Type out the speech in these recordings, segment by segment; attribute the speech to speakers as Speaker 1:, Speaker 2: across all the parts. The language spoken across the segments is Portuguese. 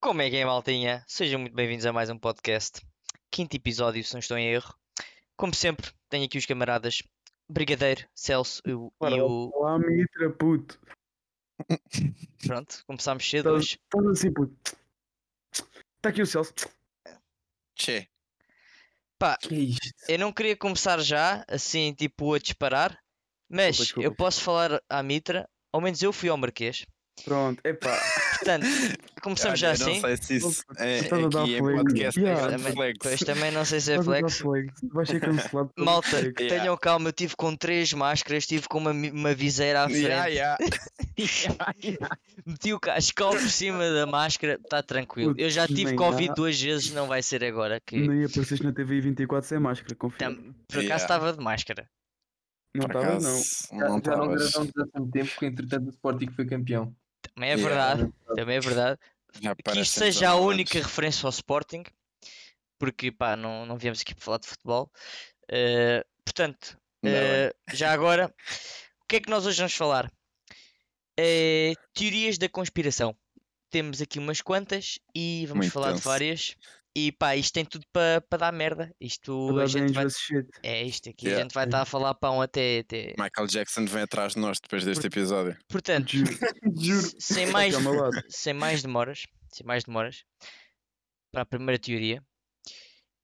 Speaker 1: Como é que é, maltinha? Sejam muito bem-vindos a mais um podcast. Quinto episódio, se não estou em erro. Como sempre, tenho aqui os camaradas Brigadeiro, Celso e o... e o...
Speaker 2: Olá, Mitra, puto.
Speaker 1: Pronto, começámos cedo
Speaker 3: Então-
Speaker 2: Estás
Speaker 1: hoje.
Speaker 2: estás assim, puto. Está aqui o Celso.
Speaker 3: Che,
Speaker 1: Pá,
Speaker 2: Que é isto?
Speaker 1: eu não queria começar já, assim, tipo, a disparar. Mas
Speaker 2: Desculpa, desculpa.
Speaker 1: eu posso falar à Mitra, ao menos eu fui ao Marquês.
Speaker 2: Pronto, epá. um
Speaker 1: Portanto, começamos já
Speaker 3: olha, eu
Speaker 1: assim.
Speaker 3: Não sei se isso é,
Speaker 2: Estás a dar
Speaker 3: aqui em
Speaker 2: flame.
Speaker 3: podcast é
Speaker 2: Yeah.
Speaker 3: grande
Speaker 1: Também-
Speaker 3: flex.
Speaker 1: Pois também não sei se é
Speaker 2: estás a dar
Speaker 1: flex.
Speaker 2: flex. Vais ser cancelado. pelo
Speaker 1: Malta,
Speaker 2: flex.
Speaker 3: Yeah.
Speaker 1: tenham calma, eu estive com três máscaras, estive com uma, mi- uma viseira à frente.
Speaker 3: Yeah, yeah.
Speaker 1: Meti o cascal por cima da máscara, está tranquilo. Eu já
Speaker 2: Putz,
Speaker 1: tive
Speaker 2: nem
Speaker 1: Covid
Speaker 2: dá.
Speaker 1: duas vezes, não vai ser agora. Que
Speaker 2: Nem apareces na TV 24 sem máscara, confia.
Speaker 1: tam- por acaso
Speaker 3: Yeah.
Speaker 1: estava de máscara.
Speaker 2: Não
Speaker 3: Por
Speaker 2: estava, não.
Speaker 3: acaso,
Speaker 4: Já
Speaker 3: Não
Speaker 4: não, já não
Speaker 3: estavas.
Speaker 4: gravamos há tanto tempo porque entretanto o Sporting foi campeão.
Speaker 1: Também é
Speaker 3: Yeah.
Speaker 1: verdade, também é verdade.
Speaker 3: Já
Speaker 1: Que isto
Speaker 3: parecemos
Speaker 1: seja a
Speaker 3: adultos.
Speaker 1: única referência ao Sporting, porque pá, não, não viemos aqui para falar de futebol. Eh, portanto,
Speaker 3: Ainda bem.
Speaker 1: eh, já agora, o que é que nós hoje vamos falar? Eh, teorias da conspiração. Temos aqui umas quantas e vamos
Speaker 3: Muito
Speaker 1: falar de
Speaker 3: tenso.
Speaker 1: várias. E pá, isto tem tudo para dar merda. Isto
Speaker 2: Toda
Speaker 1: a
Speaker 2: a
Speaker 1: gente
Speaker 2: gente
Speaker 1: vai
Speaker 2: vai shit.
Speaker 1: É isto aqui, a
Speaker 3: Yeah.
Speaker 1: gente vai estar a falar pão até. até...
Speaker 3: Michael Jackson vem atrás de nós depois deste episódio.
Speaker 1: Portanto,
Speaker 2: Juro. Juro.
Speaker 1: s- sem
Speaker 2: Aqui
Speaker 1: mais,
Speaker 2: ao meu lado.
Speaker 1: sem mais demoras, sem mais demoras, para a primeira teoria,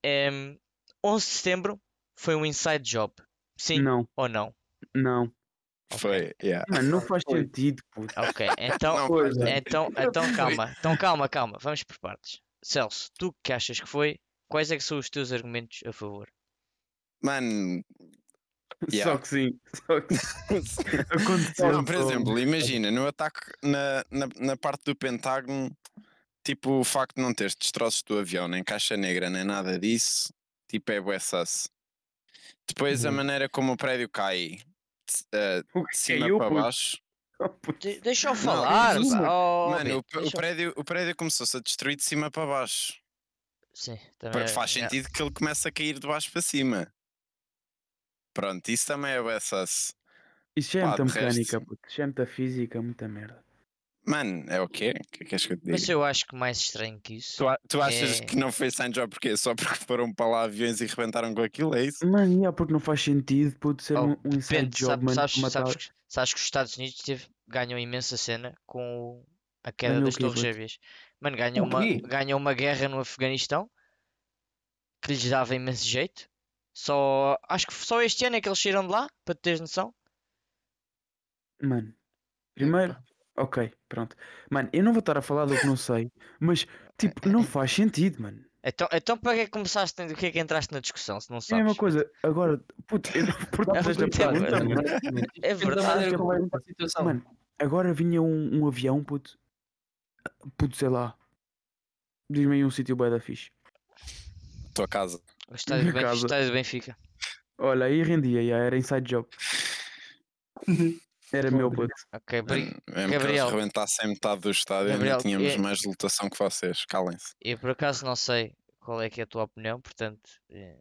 Speaker 1: em 11 de setembro foi um inside job. Sim
Speaker 2: Não,
Speaker 1: ou não?
Speaker 2: não.
Speaker 3: Foi, yeah.
Speaker 2: Mano, não faz
Speaker 4: Foi.
Speaker 2: sentido, puto.
Speaker 1: Ok, então,
Speaker 3: Não,
Speaker 4: Pois é.
Speaker 1: então, então calma, então calma, calma, vamos por partes. Celso, tu que achas que foi? Quais é que são os teus argumentos a favor?
Speaker 3: Mano,
Speaker 1: É
Speaker 3: Yeah.
Speaker 2: Só que sim. Só que aconteceu.
Speaker 3: não, por exemplo, imagina, no ataque na, na, na parte do Pentágono, tipo o facto de não teres destroços do avião, nem caixa negra, nem nada disso, tipo é bué sus. Depois a
Speaker 2: Uhum.
Speaker 3: maneira como o prédio cai de, c- eh,
Speaker 2: O
Speaker 3: de
Speaker 2: que
Speaker 3: cima
Speaker 2: caiu,
Speaker 3: para
Speaker 2: puto?
Speaker 3: baixo.
Speaker 2: Oh, puto.
Speaker 1: De- deixa eu
Speaker 3: Não,
Speaker 1: falar,
Speaker 3: mas
Speaker 1: pá.
Speaker 3: uma-
Speaker 1: Oh,
Speaker 3: Mano,
Speaker 1: Beto,
Speaker 3: o, pr- o
Speaker 1: deixa eu-
Speaker 3: prédio, o prédio começou-se a destruir de cima para baixo.
Speaker 1: Sim,
Speaker 3: Porque
Speaker 1: também
Speaker 3: faz
Speaker 1: yeah.
Speaker 3: sentido que ele comece a cair de baixo para cima. Pronto, isso também é bué sus.
Speaker 2: Isso já é
Speaker 3: Pá,
Speaker 2: muita
Speaker 3: de resto-
Speaker 2: mecânica, puto. Isso já é muita física, muita merda.
Speaker 3: Mano, é o quê? O que é que és que eu te diga?
Speaker 1: Mas eu acho que mais estranho que isso.
Speaker 3: Tu, a- tu achas
Speaker 1: É.
Speaker 3: que não foi Sancho porquê? Só porque foram para lá aviões e rebentaram com aquilo, é isso?
Speaker 2: Mano, yeah, porque não faz sentido, puto, ser
Speaker 1: Oh,
Speaker 2: um, um inside
Speaker 1: Depende,
Speaker 2: job,
Speaker 1: sabe-
Speaker 2: mano,
Speaker 1: sabes,
Speaker 2: para matar.
Speaker 1: sabes que- sabes que os Estados Unidos teve, ganham imensa cena com o- a queda
Speaker 2: Ganhou o
Speaker 1: das
Speaker 2: quê,
Speaker 1: Torres
Speaker 2: Guto?
Speaker 1: Gêmeas. Mano, ganham
Speaker 4: O
Speaker 1: uma,
Speaker 4: quê?
Speaker 1: ganham uma guerra no Afeganistão que lhes dava imenso jeito. Só, acho que só este ano é que eles saíram de lá, para teres noção.
Speaker 2: Mano, primeiro, ok, pronto. Mano, eu não vou estar a falar do que não sei, mas, tipo, não faz sentido, mano.
Speaker 1: Então, então para que é que começaste, o que é que entraste na discussão, se não
Speaker 2: É a
Speaker 1: sabes?
Speaker 2: mesma coisa, agora, puto, eu não
Speaker 1: Não,
Speaker 2: portanto, esta
Speaker 1: puto, é
Speaker 2: pergunta,
Speaker 1: verdade.
Speaker 2: mano.
Speaker 1: É
Speaker 4: Depende da
Speaker 1: verdade.
Speaker 4: maneira como vai mudar a situação.
Speaker 2: Mano, agora vinha um, um avião, puto, puto, sei lá, diz-me aí um sítio bué da fixe.
Speaker 3: Tua casa.
Speaker 1: O estádio do
Speaker 2: Minha
Speaker 1: Benfica, o
Speaker 2: casa.
Speaker 1: estádio do Benfica.
Speaker 2: Olha, aí rendia, já, era inside job. Era meu, puto.
Speaker 1: Ok, bri-
Speaker 3: Mano, mesmo
Speaker 1: Gabriel.
Speaker 3: que eles rebentassem metade do estádio, ainda
Speaker 1: Gabriel,
Speaker 3: tínhamos
Speaker 1: é-
Speaker 3: mais lotação que vocês. Calem-se.
Speaker 1: eu por acaso não sei qual é que é a tua opinião, portanto... eh,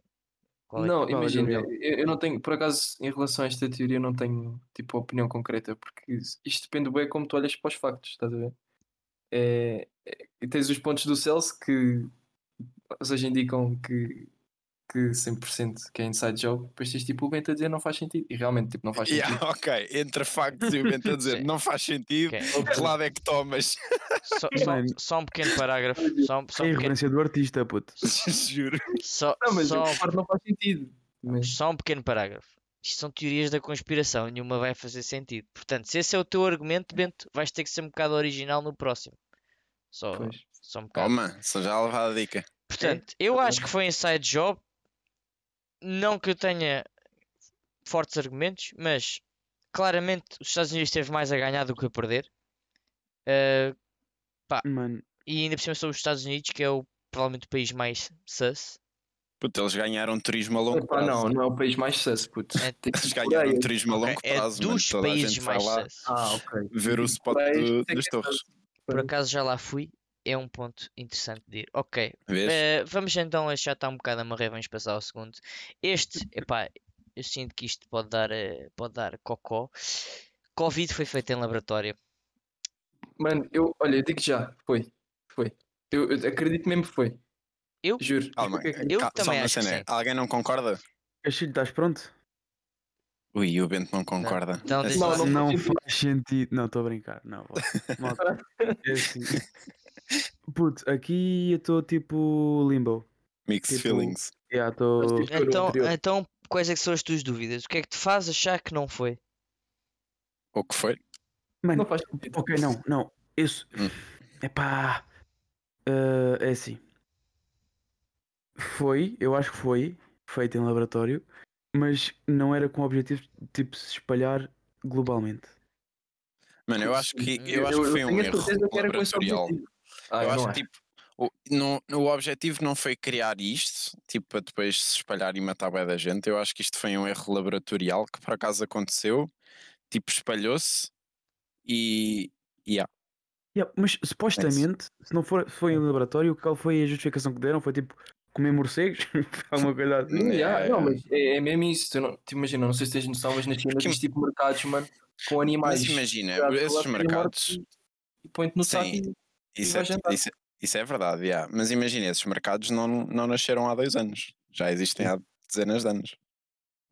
Speaker 1: qual é que-
Speaker 4: Não,
Speaker 2: Fala,
Speaker 4: imagina,
Speaker 2: Gabriel.
Speaker 4: eu, eu não tenho, por acaso, em relação a esta teoria, eu não tenho tipo opinião concreta, porque isso- isto depende bem como tu olhas para os factos, estás a ver? É, é- e tens os pontos do Celso que, ou seja, indicam que, que 100% que é inside job, depois tens tipo o Bento a dizer não faz sentido, e realmente tipo, não faz sentido.
Speaker 3: Yeah, ok, entre factos e o Bento a dizer
Speaker 1: Sim.
Speaker 3: não faz sentido,
Speaker 1: Ok.
Speaker 3: que lado é que tomas?
Speaker 1: Só, só-
Speaker 2: Mano.
Speaker 1: só um pequeno parágrafo. Só, só
Speaker 2: É a
Speaker 1: um pequeno,
Speaker 2: irreverência do artista, puto.
Speaker 3: Juro.
Speaker 1: só,
Speaker 4: Não, mas
Speaker 1: só, um,
Speaker 4: o Ford não faz sentido. Mas
Speaker 1: só um pequeno parágrafo. Isto são teorias da conspiração, nenhuma vai fazer sentido. Portanto, se esse é o teu argumento, Bento, vais ter que ser um bocado original no próximo. Só,
Speaker 4: pois, É,
Speaker 1: só um bocado.
Speaker 3: Toma, só já levava a dica.
Speaker 1: Portanto, eu acho que foi um inside job. Não que eu tenha fortes argumentos, mas claramente os Estados Unidos teve mais a ganhar do que a perder. Ah,
Speaker 2: Mano,
Speaker 1: e ainda por cima são os Estados Unidos, que é o, provavelmente o país mais sus.
Speaker 3: Puto, eles ganharam um turismo a longo
Speaker 4: Epá,
Speaker 3: prazo.
Speaker 4: não, não é o país mais sus, puto. Tipo,
Speaker 1: É-
Speaker 3: Eles
Speaker 4: Coreia.
Speaker 3: ganharam um turismo a
Speaker 1: Ok,
Speaker 3: longo prazo,
Speaker 1: é
Speaker 3: mano.
Speaker 1: dos
Speaker 3: Toda a
Speaker 1: países
Speaker 3: gente vai
Speaker 1: mais
Speaker 3: lá
Speaker 1: sus.
Speaker 4: Ah, ok.
Speaker 3: ver o spot
Speaker 4: Coreia,
Speaker 3: do-
Speaker 4: sei
Speaker 3: das
Speaker 4: que é
Speaker 3: torres.
Speaker 4: sus.
Speaker 1: Por acaso já lá fui, é um ponto interessante de ir. Ok,
Speaker 3: Vês?
Speaker 1: eh, vamos então, este já está um bocado a morrer, vamos passar ao segundo. Este, epá, eu sinto que isto pode dar, eh, pode dar cocó. Covid foi feito em laboratório.
Speaker 4: Mano, eu, olha, eu digo já, foi. Foi. Eu, eu acredito mesmo que foi.
Speaker 1: Eu?
Speaker 4: Juro.
Speaker 3: Calma,
Speaker 1: Eu
Speaker 3: cal- só
Speaker 1: também
Speaker 3: uma
Speaker 1: acho que
Speaker 3: cena.
Speaker 1: sim.
Speaker 3: Alguém não concorda?
Speaker 2: Castilho, estás pronto?
Speaker 3: Ui, o Bento não concorda. É
Speaker 1: Então diz
Speaker 4: Não,
Speaker 1: lá.
Speaker 4: não faz
Speaker 2: Não
Speaker 4: sentido.
Speaker 2: faz sentido. Não, estou a brincar. Não, vá. Malta, é assim. Puto, aqui eu estou tipo limbo.
Speaker 3: Mixed
Speaker 2: Tipo,
Speaker 3: feelings.
Speaker 2: Já estou.
Speaker 4: Mas, tipo, Juro,
Speaker 1: Então,
Speaker 4: anterior.
Speaker 1: então, quais é que são as tuas dúvidas? O que é que te faz achar que não foi?
Speaker 3: O que foi?
Speaker 2: Mano,
Speaker 4: Não faz sentido.
Speaker 2: ok, não, não. Isso.
Speaker 3: Hum.
Speaker 2: Epá. Ah, é assim. Foi, eu acho que foi, feito em laboratório, mas não era com o objetivo tipo se espalhar globalmente.
Speaker 3: Mano, eu acho que, eu acho que foi um
Speaker 4: tenho a
Speaker 3: erro
Speaker 4: certeza que era com esse
Speaker 3: laboratorial.
Speaker 4: objetivo. Ah,
Speaker 3: eu acho
Speaker 4: não
Speaker 3: que tipo, o, não, o objetivo não foi criar isto, tipo, para depois se espalhar e matar bem da gente. Eu acho que isto foi um erro laboratorial que por acaso aconteceu, tipo, espalhou-se e.
Speaker 2: Yeah, mas supostamente, se não for, se foi em laboratório, qual foi a justificação que deram? Foi tipo comer morcegos? Alguma coisa assim.
Speaker 4: Hum, yeah,
Speaker 3: eh,
Speaker 4: Não, mas é, é mesmo isso. Tu, não, te imagina, não sei se tens noção, mas na China
Speaker 3: Porque-
Speaker 4: tens tipo mercados, mano, com animais.
Speaker 3: Mas imagina,
Speaker 4: Cuidado, lá
Speaker 3: esses
Speaker 4: tem a
Speaker 3: mercados.
Speaker 4: morte E põe-te no
Speaker 3: Sim.
Speaker 4: saco e
Speaker 3: Isso é,
Speaker 4: vais jantar.
Speaker 3: isso, é- isso é verdade, yeah. mas imagina, esses mercados não, não nasceram há dois anos, já existem
Speaker 4: Hum.
Speaker 3: há dezenas de anos.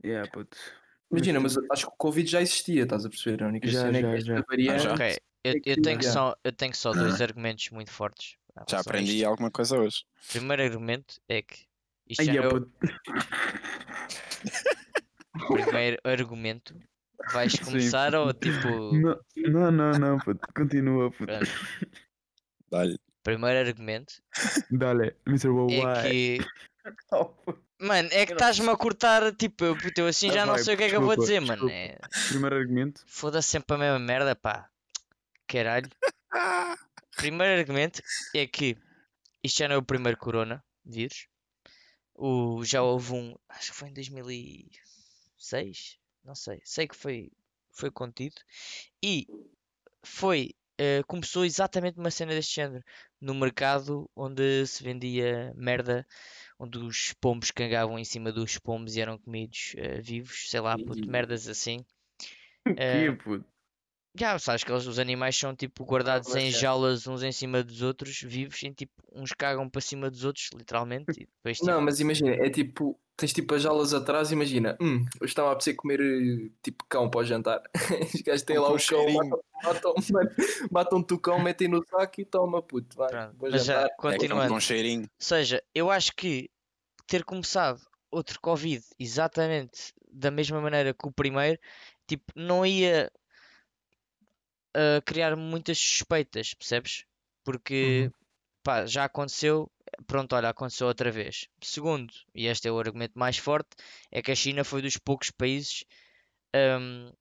Speaker 2: Yeah, puto.
Speaker 4: Imagina,
Speaker 2: Mas
Speaker 4: mas acho que o Covid já existia, estás a perceber? A única
Speaker 2: Já,
Speaker 4: cena
Speaker 2: já,
Speaker 4: é que
Speaker 2: já.
Speaker 4: esta
Speaker 2: Ah,
Speaker 4: variante.
Speaker 3: já?
Speaker 1: Ok, eu,
Speaker 4: é
Speaker 1: eu
Speaker 4: que-
Speaker 1: tenho
Speaker 4: Yeah.
Speaker 1: só, eu tenho só dois argumentos muito fortes. em
Speaker 3: Já
Speaker 1: relação a
Speaker 3: aprendi
Speaker 1: isto.
Speaker 3: alguma coisa hoje.
Speaker 1: O primeiro argumento é que isto
Speaker 2: Ai,
Speaker 1: já
Speaker 2: yeah,
Speaker 1: é o
Speaker 2: puto.
Speaker 1: primeiro argumento. Vais começar ou tipo.
Speaker 2: Não, não, não, não, puto. Continua, puto.
Speaker 1: pronto.
Speaker 3: Dá-lhe.
Speaker 1: Primeiro argumento
Speaker 2: Dale, Mr.
Speaker 1: é
Speaker 2: Worldwide.
Speaker 1: que.
Speaker 2: Oh, puto.
Speaker 1: Mano, é que
Speaker 2: Eu não-
Speaker 1: estás-me a cortar, tipo, eu, puto, eu assim
Speaker 2: Ah,
Speaker 1: já não
Speaker 2: vai,
Speaker 1: sei o que é que eu vou
Speaker 2: desculpa,
Speaker 1: dizer, mano.
Speaker 2: desculpa.
Speaker 1: é-
Speaker 2: Primeiro argumento.
Speaker 1: Foda-se sempre a mesma merda, pá. Caralho.
Speaker 3: Ah!
Speaker 1: Primeiro argumento é que isto já não é o primeiro coronavírus. O, já houve um, acho que foi em 2006, não sei, sei que foi, foi contido e foi, eh, começou exatamente uma cena deste género no mercado onde se vendia merda, onde os pombos cangavam em cima dos pombos e eram comidos eh, vivos, sei lá, puto,
Speaker 4: Ih.
Speaker 1: merdas assim.
Speaker 2: Que,
Speaker 1: Eh,
Speaker 2: puto.
Speaker 1: já, sabes que eles, os animais são tipo guardados
Speaker 4: mas
Speaker 1: em
Speaker 4: é.
Speaker 1: jaulas uns em cima dos outros, vivos, e tipo, uns cagam para cima dos outros, literalmente, e depois tipo,
Speaker 4: Não, mas imagina, é tipo, tens tipo as aulas atrás, imagina, hum, hoje estava a precisar comer eh, tipo cão para o jantar. Os gajos têm
Speaker 3: Um
Speaker 4: lá o
Speaker 3: cão
Speaker 4: cão,
Speaker 3: cheirinho.
Speaker 4: matam, matam, mano, matam-te o cão, metem no saco e toma, puto, vai.
Speaker 1: pronto.
Speaker 4: bom
Speaker 1: Mas já,
Speaker 4: jantar.
Speaker 3: É que é um
Speaker 1: continuando.
Speaker 3: bom cheirinho.
Speaker 1: Ou seja, eu acho que ter começado outro Covid exatamente da mesma maneira que o primeiro, tipo, não ia ah, criar muitas suspeitas, percebes? Porque, pá, já aconteceu, pronto, olha, aconteceu outra vez. Segundo, e este é o argumento mais forte, é que a China foi dos poucos países ahm,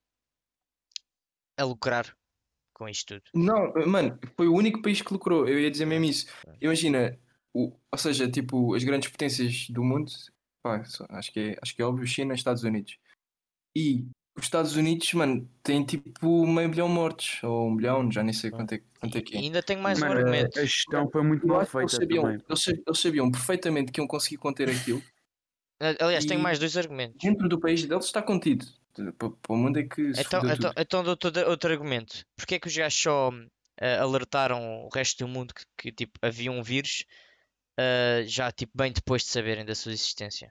Speaker 1: a lucrar com isto tudo.
Speaker 4: Não, mano, foi o único país que lucrou, eu ia dizer mesmo isso. Imagina, o, ou seja, tipo, as grandes potências do mundo, pá, só- acho que é, acho que é óbvio, China e Estados Unidos. E os Estados Unidos, mano, têm tipo meio bilhão de mortos, ou um bilhão, já nem sei quanto é, quanto é que
Speaker 1: E
Speaker 4: é.
Speaker 1: ainda tenho mais um
Speaker 2: Mano,
Speaker 1: argumento.
Speaker 2: a gestão foi muito
Speaker 4: Eu
Speaker 2: mal
Speaker 4: acho que eles
Speaker 2: feita
Speaker 4: sabiam,
Speaker 2: também.
Speaker 4: eles sa- eles sabiam perfeitamente que iam conseguir conter aquilo.
Speaker 1: Ah, Aliás, tenho
Speaker 4: e-
Speaker 1: mais dois argumentos.
Speaker 4: Dentro do país deles está contido. Para para o mundo é que se
Speaker 1: Então,
Speaker 4: fudeu
Speaker 1: então,
Speaker 4: tudo.
Speaker 1: então dou-te outra- outro argumento. Porquê é que os gajos só eh, alertaram o resto do mundo que, que, tipo, havia um vírus eh, já tipo, bem depois de saberem da sua existência?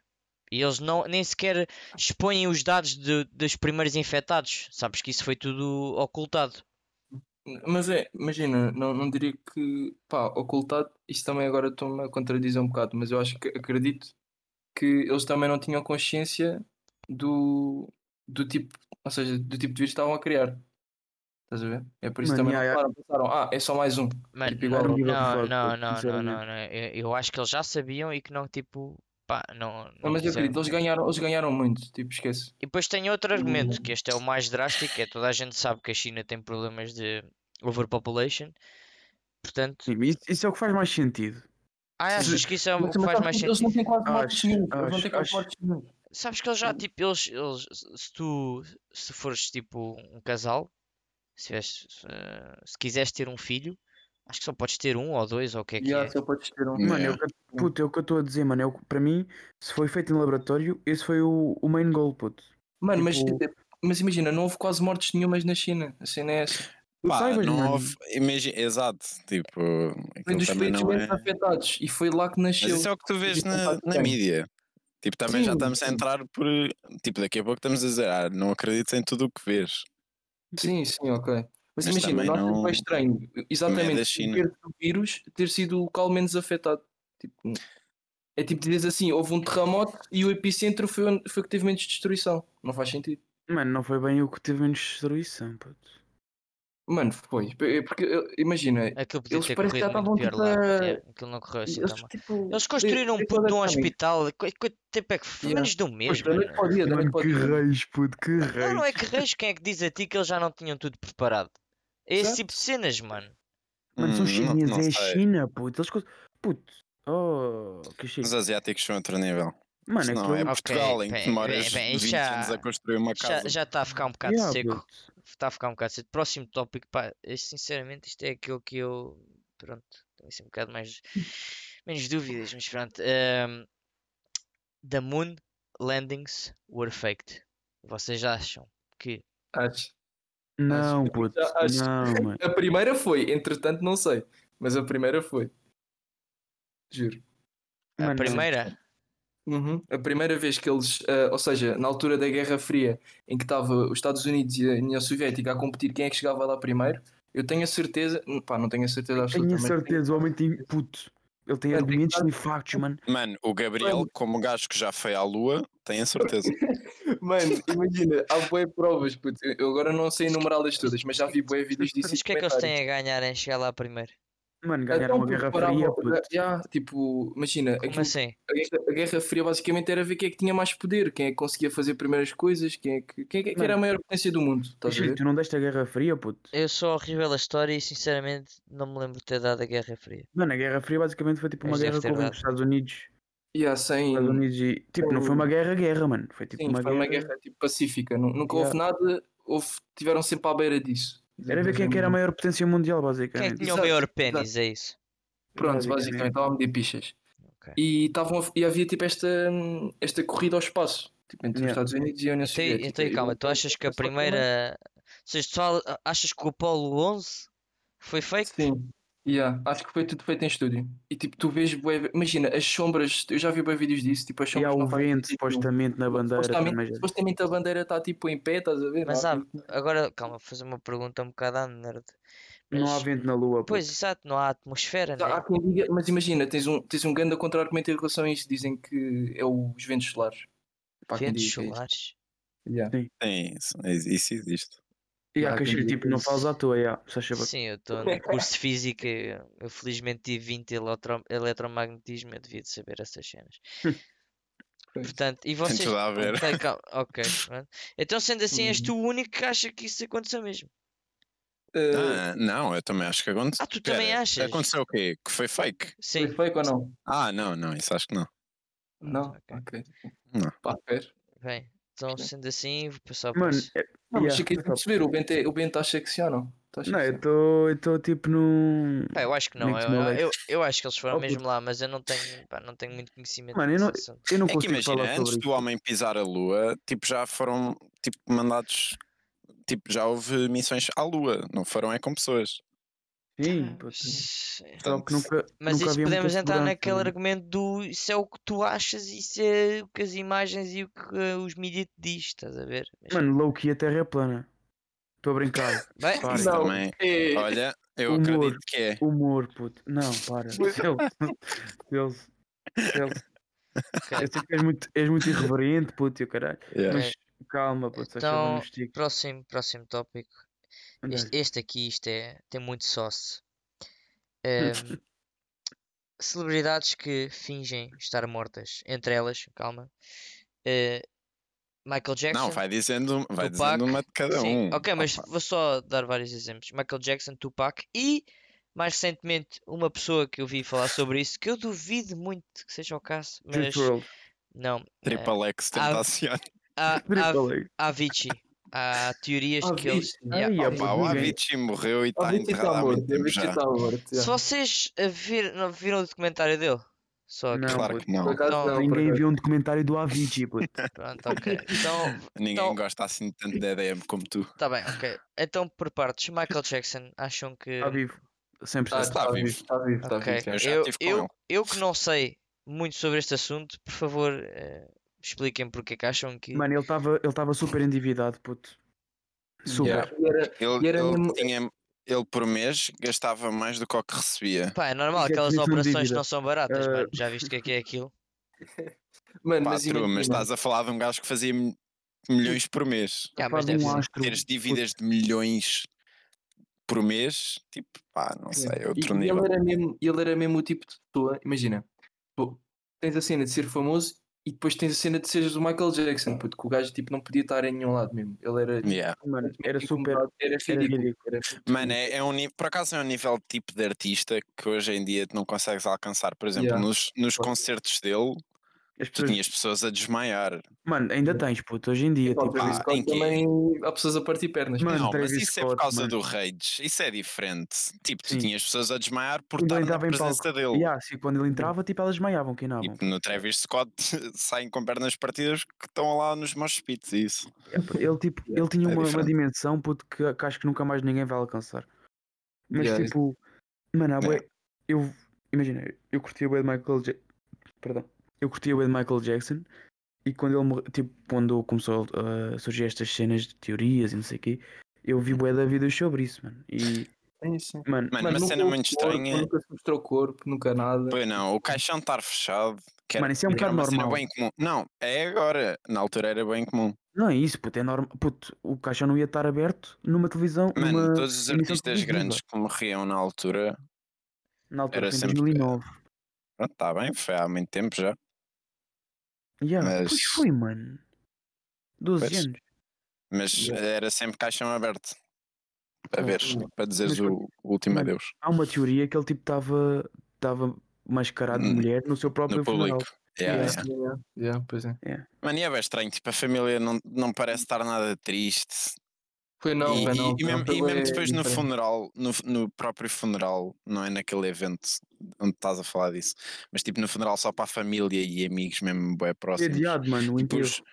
Speaker 1: E eles não, nem sequer expõem os dados de- dos primeiros infectados. Sabes que isso foi tudo ocultado.
Speaker 4: Mas é, imagina, não, não diria que, pá, ocultado, isso também agora estou-me a contradizer um bocado, mas eu acho que acredito que eles também não tinham consciência do, do tipo, ou seja, do tipo de vírus que estavam a criar. Estás a ver? É por isso que
Speaker 2: Mano,
Speaker 4: também
Speaker 2: yeah,
Speaker 4: não falaram, pensaram, ah, é só mais um.
Speaker 1: Mano,
Speaker 4: Tipo, igual
Speaker 1: não,
Speaker 2: ao-
Speaker 1: não, não,
Speaker 2: Fuck,
Speaker 1: não, não,
Speaker 2: sinceramente.
Speaker 1: não, não. Eu, eu acho que eles já sabiam e que não, tipo, pá, não.
Speaker 4: Não, mas eu
Speaker 1: quiseram.
Speaker 4: acredito, eles ganharam, eles ganharam muito, tipo, esquece.
Speaker 1: E depois tem outro argumento,
Speaker 4: Hum.
Speaker 1: que este é o mais drástico, é toda a gente sabe que a China tem problemas de overpopulation. Portanto,
Speaker 2: Sim, Isso, isso é o que faz mais sentido.
Speaker 1: ah,
Speaker 4: Sim.
Speaker 1: achas que isso é o
Speaker 4: Mas
Speaker 1: que faz
Speaker 4: sabes
Speaker 1: mais
Speaker 4: que eles
Speaker 1: sentido?
Speaker 4: não têm quase
Speaker 2: Acho,
Speaker 4: mortes nenhumas. Eles não
Speaker 2: acho,
Speaker 4: têm quase
Speaker 2: acho.
Speaker 4: mortes nenhumas.
Speaker 1: Sabes que eles já, tipo, eles, eles se tu se fores tipo um casal, se, tiveres, eh, se quiseres ter um filho, acho que só podes ter um ou dois ou o que é que
Speaker 4: E há,
Speaker 1: é.
Speaker 4: só podes ter um.
Speaker 2: Mano, é o
Speaker 3: Yeah.
Speaker 2: que eu- puto, é o que eu estou a dizer, mano. É o que- para mim, se foi feito em laboratório, esse foi o, o main goal, puto.
Speaker 4: Mano, mas,
Speaker 2: tipo-
Speaker 4: mas imagina, não houve quase mortes nenhumas na China. A cena é essa.
Speaker 2: Tu
Speaker 3: Pá,
Speaker 2: saibas,
Speaker 3: não
Speaker 2: mano.
Speaker 3: houve. Imagina, exato. Tipo,
Speaker 4: Vem
Speaker 3: aquilo
Speaker 4: um dos
Speaker 3: também
Speaker 4: países
Speaker 3: não
Speaker 4: menos
Speaker 3: é.
Speaker 4: afetados e foi lá que
Speaker 3: Mas
Speaker 4: nasceu.
Speaker 3: isso é o que tu vês
Speaker 4: Existe um
Speaker 3: na,
Speaker 4: facto
Speaker 3: na
Speaker 4: bem.
Speaker 3: mídia. Tipo, também já
Speaker 4: Sim,
Speaker 3: estamos a
Speaker 4: sim.
Speaker 3: entrar por. Tipo, daqui a pouco estamos a dizer, ah, não acredites em tudo o que vês.
Speaker 4: Sim, sim, ok.
Speaker 3: Mas
Speaker 4: Mas, imagina,
Speaker 3: também
Speaker 4: nós
Speaker 3: não-
Speaker 4: foi estranho,
Speaker 3: Também é da
Speaker 4: exatamente,
Speaker 3: China.
Speaker 4: ter o vírus ter sido o local menos afetado. Tipo, é tipo dizer assim: houve um terremoto e o epicentro foi, onde, foi o que teve menos destruição. Não faz sentido.
Speaker 2: Mano, não foi bem o que teve menos destruição, puto.
Speaker 4: Mano, foi. É Porque eu- imagina,
Speaker 1: Aquilo podia
Speaker 4: Eles
Speaker 1: ter
Speaker 4: parece que já
Speaker 1: corrido muito pior
Speaker 4: estavam,
Speaker 1: lá.
Speaker 4: tipo, a-
Speaker 1: yeah, Aquilo não correu É, assim tão
Speaker 4: eles,
Speaker 1: mal.
Speaker 4: tipo,
Speaker 1: Eles construíram um
Speaker 4: de-
Speaker 1: puto de um
Speaker 4: de-
Speaker 1: hospital. qu- Quanto tempo é que foi?
Speaker 4: Yeah.
Speaker 1: Menos de um mês,
Speaker 4: Pois, da noite
Speaker 1: mano.
Speaker 4: para o dia, da noite
Speaker 2: Mano,
Speaker 4: para o
Speaker 2: que
Speaker 4: dia.
Speaker 2: reis, puto, que reis.
Speaker 1: Não, não é que reis, quem é que diz a ti que eles já não tinham tudo preparado? É esse
Speaker 4: Exato.
Speaker 1: tipo de cenas, mano.
Speaker 2: Mano, são
Speaker 3: Hum, não-
Speaker 2: chineses,
Speaker 3: não
Speaker 2: é a
Speaker 3: sei.
Speaker 2: China, puto. Eles... cons- Puto, oh, que chique.
Speaker 3: Os asiáticos são outro nível.
Speaker 2: Mano,
Speaker 3: Senão
Speaker 2: aquilo-
Speaker 3: ah, é
Speaker 1: Ok,
Speaker 3: Portugal em que
Speaker 1: bem,
Speaker 3: demoras
Speaker 1: bem, bem,
Speaker 3: 20
Speaker 1: já-
Speaker 3: anos a construir uma
Speaker 1: Já,
Speaker 3: casa.
Speaker 1: já está a ficar um bocado
Speaker 2: Yeah,
Speaker 1: seco.
Speaker 2: puto.
Speaker 1: Está a ficar um bocado cedo. Próximo tópico, pá, eu, sinceramente, isto é aquilo que eu. Pronto, tenho assim um bocado mais. menos dúvidas, mas pronto. Ahm, the moon landings were faked. Vocês acham que.
Speaker 4: Acho.
Speaker 2: Não,
Speaker 4: Acho-
Speaker 2: puto.
Speaker 4: Já acho-
Speaker 2: Não, mano.
Speaker 4: A primeira foi, entretanto, não sei. Mas a primeira foi. Juro.
Speaker 1: A
Speaker 2: Mano, é
Speaker 1: primeira?
Speaker 4: Uhum. A primeira vez que eles, ah, ou seja, na altura da Guerra Fria, em que estava os Estados Unidos e a União Soviética a competir quem é que chegava lá primeiro, eu tenho a certeza, Hum, pá, não tenho a certeza absoluta.
Speaker 2: Tenho a
Speaker 4: mas
Speaker 2: certeza, o homem tem. Puto. Ele tem Tipo,
Speaker 4: Mano,
Speaker 2: argumentos e factos, mano.
Speaker 3: Mano, o Gabriel, como um gajo que já foi à Lua, tem a certeza.
Speaker 4: Mano, imagina, há boé provas, puto. Eu agora não sei enumerá-las todas, mas já vi boé vídeos disso.
Speaker 1: Mas
Speaker 4: e
Speaker 1: o que é que eles têm
Speaker 4: comentários.
Speaker 1: a ganhar em chegar lá primeiro?
Speaker 2: É Mano, ganharam
Speaker 4: Então,
Speaker 2: uma guerra
Speaker 4: puto, parava-
Speaker 2: fria, puto.
Speaker 4: já, tipo, imagina,
Speaker 1: Como
Speaker 4: aquilo-
Speaker 1: assim?
Speaker 4: a, guerra, a Guerra Fria basicamente era ver quem é que tinha mais poder, quem é que conseguia fazer primeiras coisas, quem é que, quem é que era a maior potência do mundo. Estás a
Speaker 2: Chico,
Speaker 4: ver?
Speaker 2: tu não deste a guerra fria, puto.
Speaker 1: Eu sou horrível a história e, sinceramente, não me lembro de ter dado a Guerra Fria.
Speaker 2: Mano, a guerra fria basicamente foi tipo uma
Speaker 1: Mas deve
Speaker 2: guerra
Speaker 1: ter
Speaker 2: que houve
Speaker 1: dado.
Speaker 2: entre os Estados Unidos.
Speaker 4: Yeah, sem,
Speaker 2: Estados Unidos e. Tipo, não foi uma guerra-guerra, mano. Foi tipo
Speaker 4: Sim,
Speaker 2: uma
Speaker 4: foi uma
Speaker 2: guerra.
Speaker 4: guerra tipo pacífica. Nu- Nunca houve nada, houve, tiveram sempre à beira disso.
Speaker 2: Era ver quem é que era a maior potência mundial,
Speaker 1: Quem é que
Speaker 2: basicamente.
Speaker 1: tinha o
Speaker 4: Exato,
Speaker 1: maior
Speaker 4: exato.
Speaker 1: pênis? É isso.
Speaker 4: Pronto, basicamente,
Speaker 2: Basicamente.
Speaker 4: estavam a medir pichas.
Speaker 1: Ok.
Speaker 4: E, estavam a- e havia tipo esta, hum, esta corrida ao espaço, tipo, entre os
Speaker 2: Yeah.
Speaker 4: Estados Unidos e a União
Speaker 1: Então, e-
Speaker 4: Soviética.
Speaker 1: então e
Speaker 4: E
Speaker 1: calma,
Speaker 4: o-
Speaker 1: tu achas que a
Speaker 4: só que não é.
Speaker 1: primeira. Se tu a- achas que o Apollo 11 foi fake?
Speaker 4: Sim. Yeah, acho que foi tudo feito em estúdio. E tipo, tu vês, bué- imagina, as sombras, eu já vi bem vídeos disso, tipo, as
Speaker 2: E
Speaker 4: sombras
Speaker 2: há o
Speaker 4: não fazem
Speaker 2: vento,
Speaker 4: sentido nenhum.
Speaker 2: supostamente, na bandeira também.
Speaker 4: supostamente,
Speaker 2: já-
Speaker 4: supostamente a bandeira está tipo em pé, estás a ver?
Speaker 1: Mas
Speaker 4: Não Tipo, há-
Speaker 1: há- Agora, calma, vou fazer uma pergunta um bocado à nerd.
Speaker 2: Não há
Speaker 1: Mas-
Speaker 2: vento na lua, puto.
Speaker 1: Pois, exato, não há atmosfera,
Speaker 4: Já
Speaker 1: né?
Speaker 4: há quem diga- mas imagina, tens um, tens um grande contra-argumento em relação a isso. Dizem que é o- os ventos solares. Pá, quem
Speaker 1: Ventos
Speaker 4: diga que é isso.
Speaker 1: solares.
Speaker 4: Yeah.
Speaker 3: Tem isso, isso existe.
Speaker 2: E
Speaker 4: há
Speaker 2: há
Speaker 4: quem
Speaker 2: queixas,
Speaker 4: diga
Speaker 2: tipo,
Speaker 4: que
Speaker 2: não
Speaker 4: isso-
Speaker 2: falas à toa, já. Só chega-
Speaker 1: Sim, eu estou no curso de física. Eu felizmente tive 20 eletro- eletromagnetismo, eu devia de saber essas cenas.
Speaker 4: Pois.
Speaker 1: Portanto, e vocês.
Speaker 3: tudo a ver.
Speaker 1: Ok, calma, ok, pronto. Então, sendo assim, és
Speaker 4: Uhum.
Speaker 1: tu o único que acha que isso aconteceu mesmo.
Speaker 4: Eh,
Speaker 3: Ah, não, eu também acho que aconteceu.
Speaker 1: Ah, tu também achas?
Speaker 3: Aconteceu o quê? Que foi fake?
Speaker 1: Sim.
Speaker 4: Foi fake ou não?
Speaker 3: Ah, não, não, isso acho que não.
Speaker 4: Não?
Speaker 1: ok.
Speaker 4: Ok.
Speaker 3: Não.
Speaker 4: Pá, fair.
Speaker 1: Bem, então sendo assim, vou passar para
Speaker 2: é. Mano,
Speaker 1: isso.
Speaker 2: é-
Speaker 4: Não, mas
Speaker 2: yeah,
Speaker 4: fiquei de
Speaker 2: tá-
Speaker 4: perceber. O Bento, é- o Bento acha que sim ou não? Tá Tu achas
Speaker 2: Não,
Speaker 4: que
Speaker 2: eu
Speaker 4: sim?
Speaker 2: estou eu tô, tipo num.
Speaker 1: Pá, É, eu acho que não.
Speaker 2: Next
Speaker 1: Eu, eu,
Speaker 2: Molex.
Speaker 1: eu- eu acho que eles foram
Speaker 2: Oh,
Speaker 1: mesmo
Speaker 2: puto.
Speaker 1: lá, mas eu não tenho, pá, não tenho muito conhecimento assim.
Speaker 2: Mano, eu
Speaker 1: desse
Speaker 2: não-
Speaker 1: assunto.
Speaker 2: Eu não
Speaker 3: É que
Speaker 2: consigo
Speaker 3: imagina,
Speaker 2: falar
Speaker 3: antes
Speaker 2: sobre
Speaker 3: do
Speaker 2: isso.
Speaker 3: homem pisar a Lua, tipo, já foram tipo, mandados. Tipo, já houve missões à Lua, não foram é com pessoas.
Speaker 2: Sim, puto.
Speaker 1: Sim.
Speaker 2: Só Então, que nunca.
Speaker 1: Mas
Speaker 2: é.
Speaker 1: isso
Speaker 2: nunca havia muita
Speaker 1: podemos entrar
Speaker 2: segurança, né?
Speaker 1: naquele
Speaker 2: mano.
Speaker 1: argumento do isso é o que tu achas, isso é o que as imagens e o que eh, os mídias te diz, estás a ver? Mas-
Speaker 2: Mano, Loki a Terra é plana. Estou a brincar.
Speaker 1: bem,
Speaker 2: Para.
Speaker 3: Isso
Speaker 4: Não.
Speaker 3: também.
Speaker 4: É,
Speaker 3: Olha, eu
Speaker 2: Humor.
Speaker 3: acredito que é.
Speaker 2: Humor, puto. Não, para. Deus. Deus.
Speaker 1: ok. É.
Speaker 2: Eu sei que és muito, és muito irreverente, puto, e o caralho.
Speaker 3: Yeah.
Speaker 2: Mas calma, puto, só
Speaker 1: Então,
Speaker 2: chama nos ticos.
Speaker 1: próximo, próximo tópico. Este, este aqui, isto é, tem muito sauce. Ahm, celebridades que fingem estar mortas. Entre elas, calma. eh, Michael Jackson.
Speaker 3: Não, vai dizendo, vai
Speaker 1: Tupac,
Speaker 3: dizendo uma de cada
Speaker 1: Sim,
Speaker 3: um.
Speaker 1: ok, mas
Speaker 3: Opa.
Speaker 1: vou só dar vários exemplos. Michael Jackson, Tupac e, mais recentemente, uma pessoa que eu vi falar sobre isso, que eu duvido muito que seja o caso, mas
Speaker 2: Juice WRLD.
Speaker 1: não.
Speaker 3: Triple X tentaciona.
Speaker 1: Há
Speaker 2: Triple A.
Speaker 1: há Avicii. Há teorias que eles.
Speaker 4: Avicii.
Speaker 1: Yeah.
Speaker 3: Ah,
Speaker 2: Ai,
Speaker 3: pá,
Speaker 2: é, puto,
Speaker 3: o
Speaker 2: ninguém-
Speaker 3: Avicii morreu e
Speaker 4: o
Speaker 3: está
Speaker 4: Bento está
Speaker 3: enterrado há
Speaker 4: morto.
Speaker 3: muito
Speaker 4: O
Speaker 3: tempo
Speaker 4: Bento
Speaker 3: já.
Speaker 4: está morto.
Speaker 1: Se eh,
Speaker 4: yeah.
Speaker 1: vocês a vir- não viram o documentário dele, Só que.
Speaker 2: Não,
Speaker 3: claro
Speaker 2: puto.
Speaker 3: que não.
Speaker 4: Por acaso,
Speaker 1: Então,
Speaker 4: não, por
Speaker 2: Ninguém
Speaker 4: acaso.
Speaker 2: viu um documentário do Avicii, puto.
Speaker 1: Pronto, ok. Então,
Speaker 3: Ninguém
Speaker 1: Então-
Speaker 3: gosta assim tanto de EDM como tu.
Speaker 1: tá bem, ok. Então, por partes, Michael Jackson, acham que.
Speaker 2: Está vivo. 100%.
Speaker 4: Ah,
Speaker 3: está
Speaker 4: tá
Speaker 3: vivo.
Speaker 4: Está vivo, está
Speaker 1: Ok.
Speaker 4: vivo.
Speaker 3: Eu já
Speaker 1: Eu-
Speaker 3: estive com ele.
Speaker 1: Eu que não sei muito sobre este assunto, por favor, eh, expliquem porque é que acham que.
Speaker 2: Mano, ele estava ele tava super endividado, puto. Super.
Speaker 3: Yeah.
Speaker 4: E era-
Speaker 3: Ele,
Speaker 4: E era
Speaker 3: ele
Speaker 4: mesmo-
Speaker 3: tinha, ele por mês gastava mais do que o que recebia.
Speaker 1: Pá, é normal,
Speaker 2: Isso é
Speaker 1: aquelas
Speaker 2: definição de
Speaker 1: operações
Speaker 2: dívida.
Speaker 1: não são baratas,
Speaker 2: Eh,
Speaker 1: mano. Já viste o que é que é aquilo?
Speaker 4: Mano,
Speaker 3: Pá,
Speaker 4: mas
Speaker 3: true, mas
Speaker 4: imagina.
Speaker 3: estás a falar de um gajo que fazia mi- milhões por mês.
Speaker 1: Ah, mas
Speaker 2: Pá, de
Speaker 1: deve
Speaker 2: um
Speaker 1: ser.
Speaker 2: astro,
Speaker 3: Teres
Speaker 2: puto.
Speaker 3: dívidas de milhões por mês, tipo, pá, não sei, é outro
Speaker 4: E- e
Speaker 3: nível.
Speaker 4: Ele era, mesmo, ele era mesmo o tipo de pessoa, imagina, tu tens a cena de ser famoso e depois tens a cena de seres o Michael Jackson, puto, que o gajo tipo, não podia estar em nenhum lado mesmo. Ele era. tipo,
Speaker 3: Yeah.
Speaker 2: Mano, era super.
Speaker 4: incomodado, Era
Speaker 2: Era
Speaker 4: ridículo.
Speaker 2: ridículo.
Speaker 4: era ridículo.
Speaker 3: Mano, é, é um, ni- por acaso é um nível de tipo de artista que hoje em dia tu não consegues alcançar. Por exemplo,
Speaker 4: Yeah.
Speaker 3: nos, nos
Speaker 4: Claro.
Speaker 3: concertos dele,
Speaker 2: As
Speaker 3: tu
Speaker 2: pessoas-
Speaker 3: tinhas pessoas a desmaiar.
Speaker 2: Mano, ainda tens, puto, hoje em dia.
Speaker 4: Pá, o
Speaker 2: Tipo,
Speaker 4: Travis
Speaker 3: pá,
Speaker 4: Scott
Speaker 3: Ah, em quê?
Speaker 4: "Ah, também há pessoas a partir pernas.
Speaker 2: Mano,
Speaker 3: não, mas
Speaker 2: Travis
Speaker 3: isso é por
Speaker 2: Scott,
Speaker 3: causa
Speaker 2: mano.
Speaker 3: do Rage. Isso é diferente. Tipo, tu
Speaker 2: Sim.
Speaker 3: tinhas pessoas a desmaiar por
Speaker 2: Quando
Speaker 3: estar
Speaker 2: ele
Speaker 3: na
Speaker 2: entrava em palco.
Speaker 3: presença dele.
Speaker 2: yeah, assim, quando ele entrava, tipo, elas desmaiavam, que não.
Speaker 3: Tipo, no Travis Scott saem com pernas partidas que estão lá nos mosh pits, isso.
Speaker 2: Ele, tipo, ele tinha
Speaker 3: É
Speaker 2: uma, uma
Speaker 3: diferente.
Speaker 2: dimensão puto, que, que acho que nunca mais ninguém vai alcançar. Mas
Speaker 4: Yeah,
Speaker 2: tipo, mano, há
Speaker 3: Yeah.
Speaker 2: bué- eu imagina, eu curtia o de Michael ja Perdão. Eu curtia o de Michael Jackson e quando ele morre- tipo, quando começou uh, a surgir estas cenas de teorias e não sei o quê, eu vi bué da vida sobre isso, mano. E
Speaker 4: É isso.
Speaker 2: mano,
Speaker 3: Mano, uma
Speaker 4: nunca
Speaker 3: cena
Speaker 4: houve
Speaker 3: muito
Speaker 4: corpo,
Speaker 3: estranha. é
Speaker 4: Nunca se mostrou corpo, nunca nada.
Speaker 3: Pois não, o caixão estar fechado. Que era-
Speaker 2: mano, isso é um
Speaker 3: era
Speaker 2: bocado
Speaker 3: uma cena
Speaker 2: normal.
Speaker 3: bem comum. Não, é agora. Na altura era bem comum.
Speaker 2: Não é isso, puto, é normal. Puto, o caixão não ia estar aberto numa televisão,
Speaker 3: Mano,
Speaker 2: numa
Speaker 3: todos os
Speaker 2: emissão
Speaker 3: artistas
Speaker 2: televisiva.
Speaker 3: grandes que morriam na altura.
Speaker 2: na altura
Speaker 3: era
Speaker 2: foi em
Speaker 3: sempre-
Speaker 2: 2009.
Speaker 3: Pronto, está bem, foi há muito tempo já.
Speaker 2: Yeah, Pois
Speaker 3: mas-
Speaker 2: foi, mano. 12
Speaker 3: Pois.
Speaker 2: anos.
Speaker 3: Mas
Speaker 4: Yeah.
Speaker 3: era sempre caixão aberto. Para
Speaker 4: Não,
Speaker 3: ver,
Speaker 4: não.
Speaker 3: para dizeres
Speaker 2: Mas
Speaker 3: o, o último
Speaker 2: mano,
Speaker 3: adeus.
Speaker 2: Há uma teoria que ele tipo estava tava mascarado de
Speaker 3: Hum,
Speaker 2: mulher no seu próprio
Speaker 3: No público.
Speaker 2: funeral.
Speaker 3: Yeah,
Speaker 2: Yeah.
Speaker 3: yeah.
Speaker 4: é Yeah, yeah, pois é.
Speaker 3: Mano, e é bem estranho, tipo, a família não, não parece estar nada triste.
Speaker 4: Foi não,
Speaker 3: e,
Speaker 4: foi
Speaker 3: e-
Speaker 4: não.
Speaker 3: e mesmo,
Speaker 4: Foi
Speaker 3: e mesmo depois
Speaker 2: é
Speaker 3: no
Speaker 4: diferente.
Speaker 3: funeral, no, no próprio funeral, não é naquele evento onde estás a falar disso, mas tipo no funeral só para a família e amigos mesmo bem
Speaker 2: É
Speaker 3: próximos.
Speaker 2: adiado, mano, o
Speaker 3: Tipo,
Speaker 2: enterro.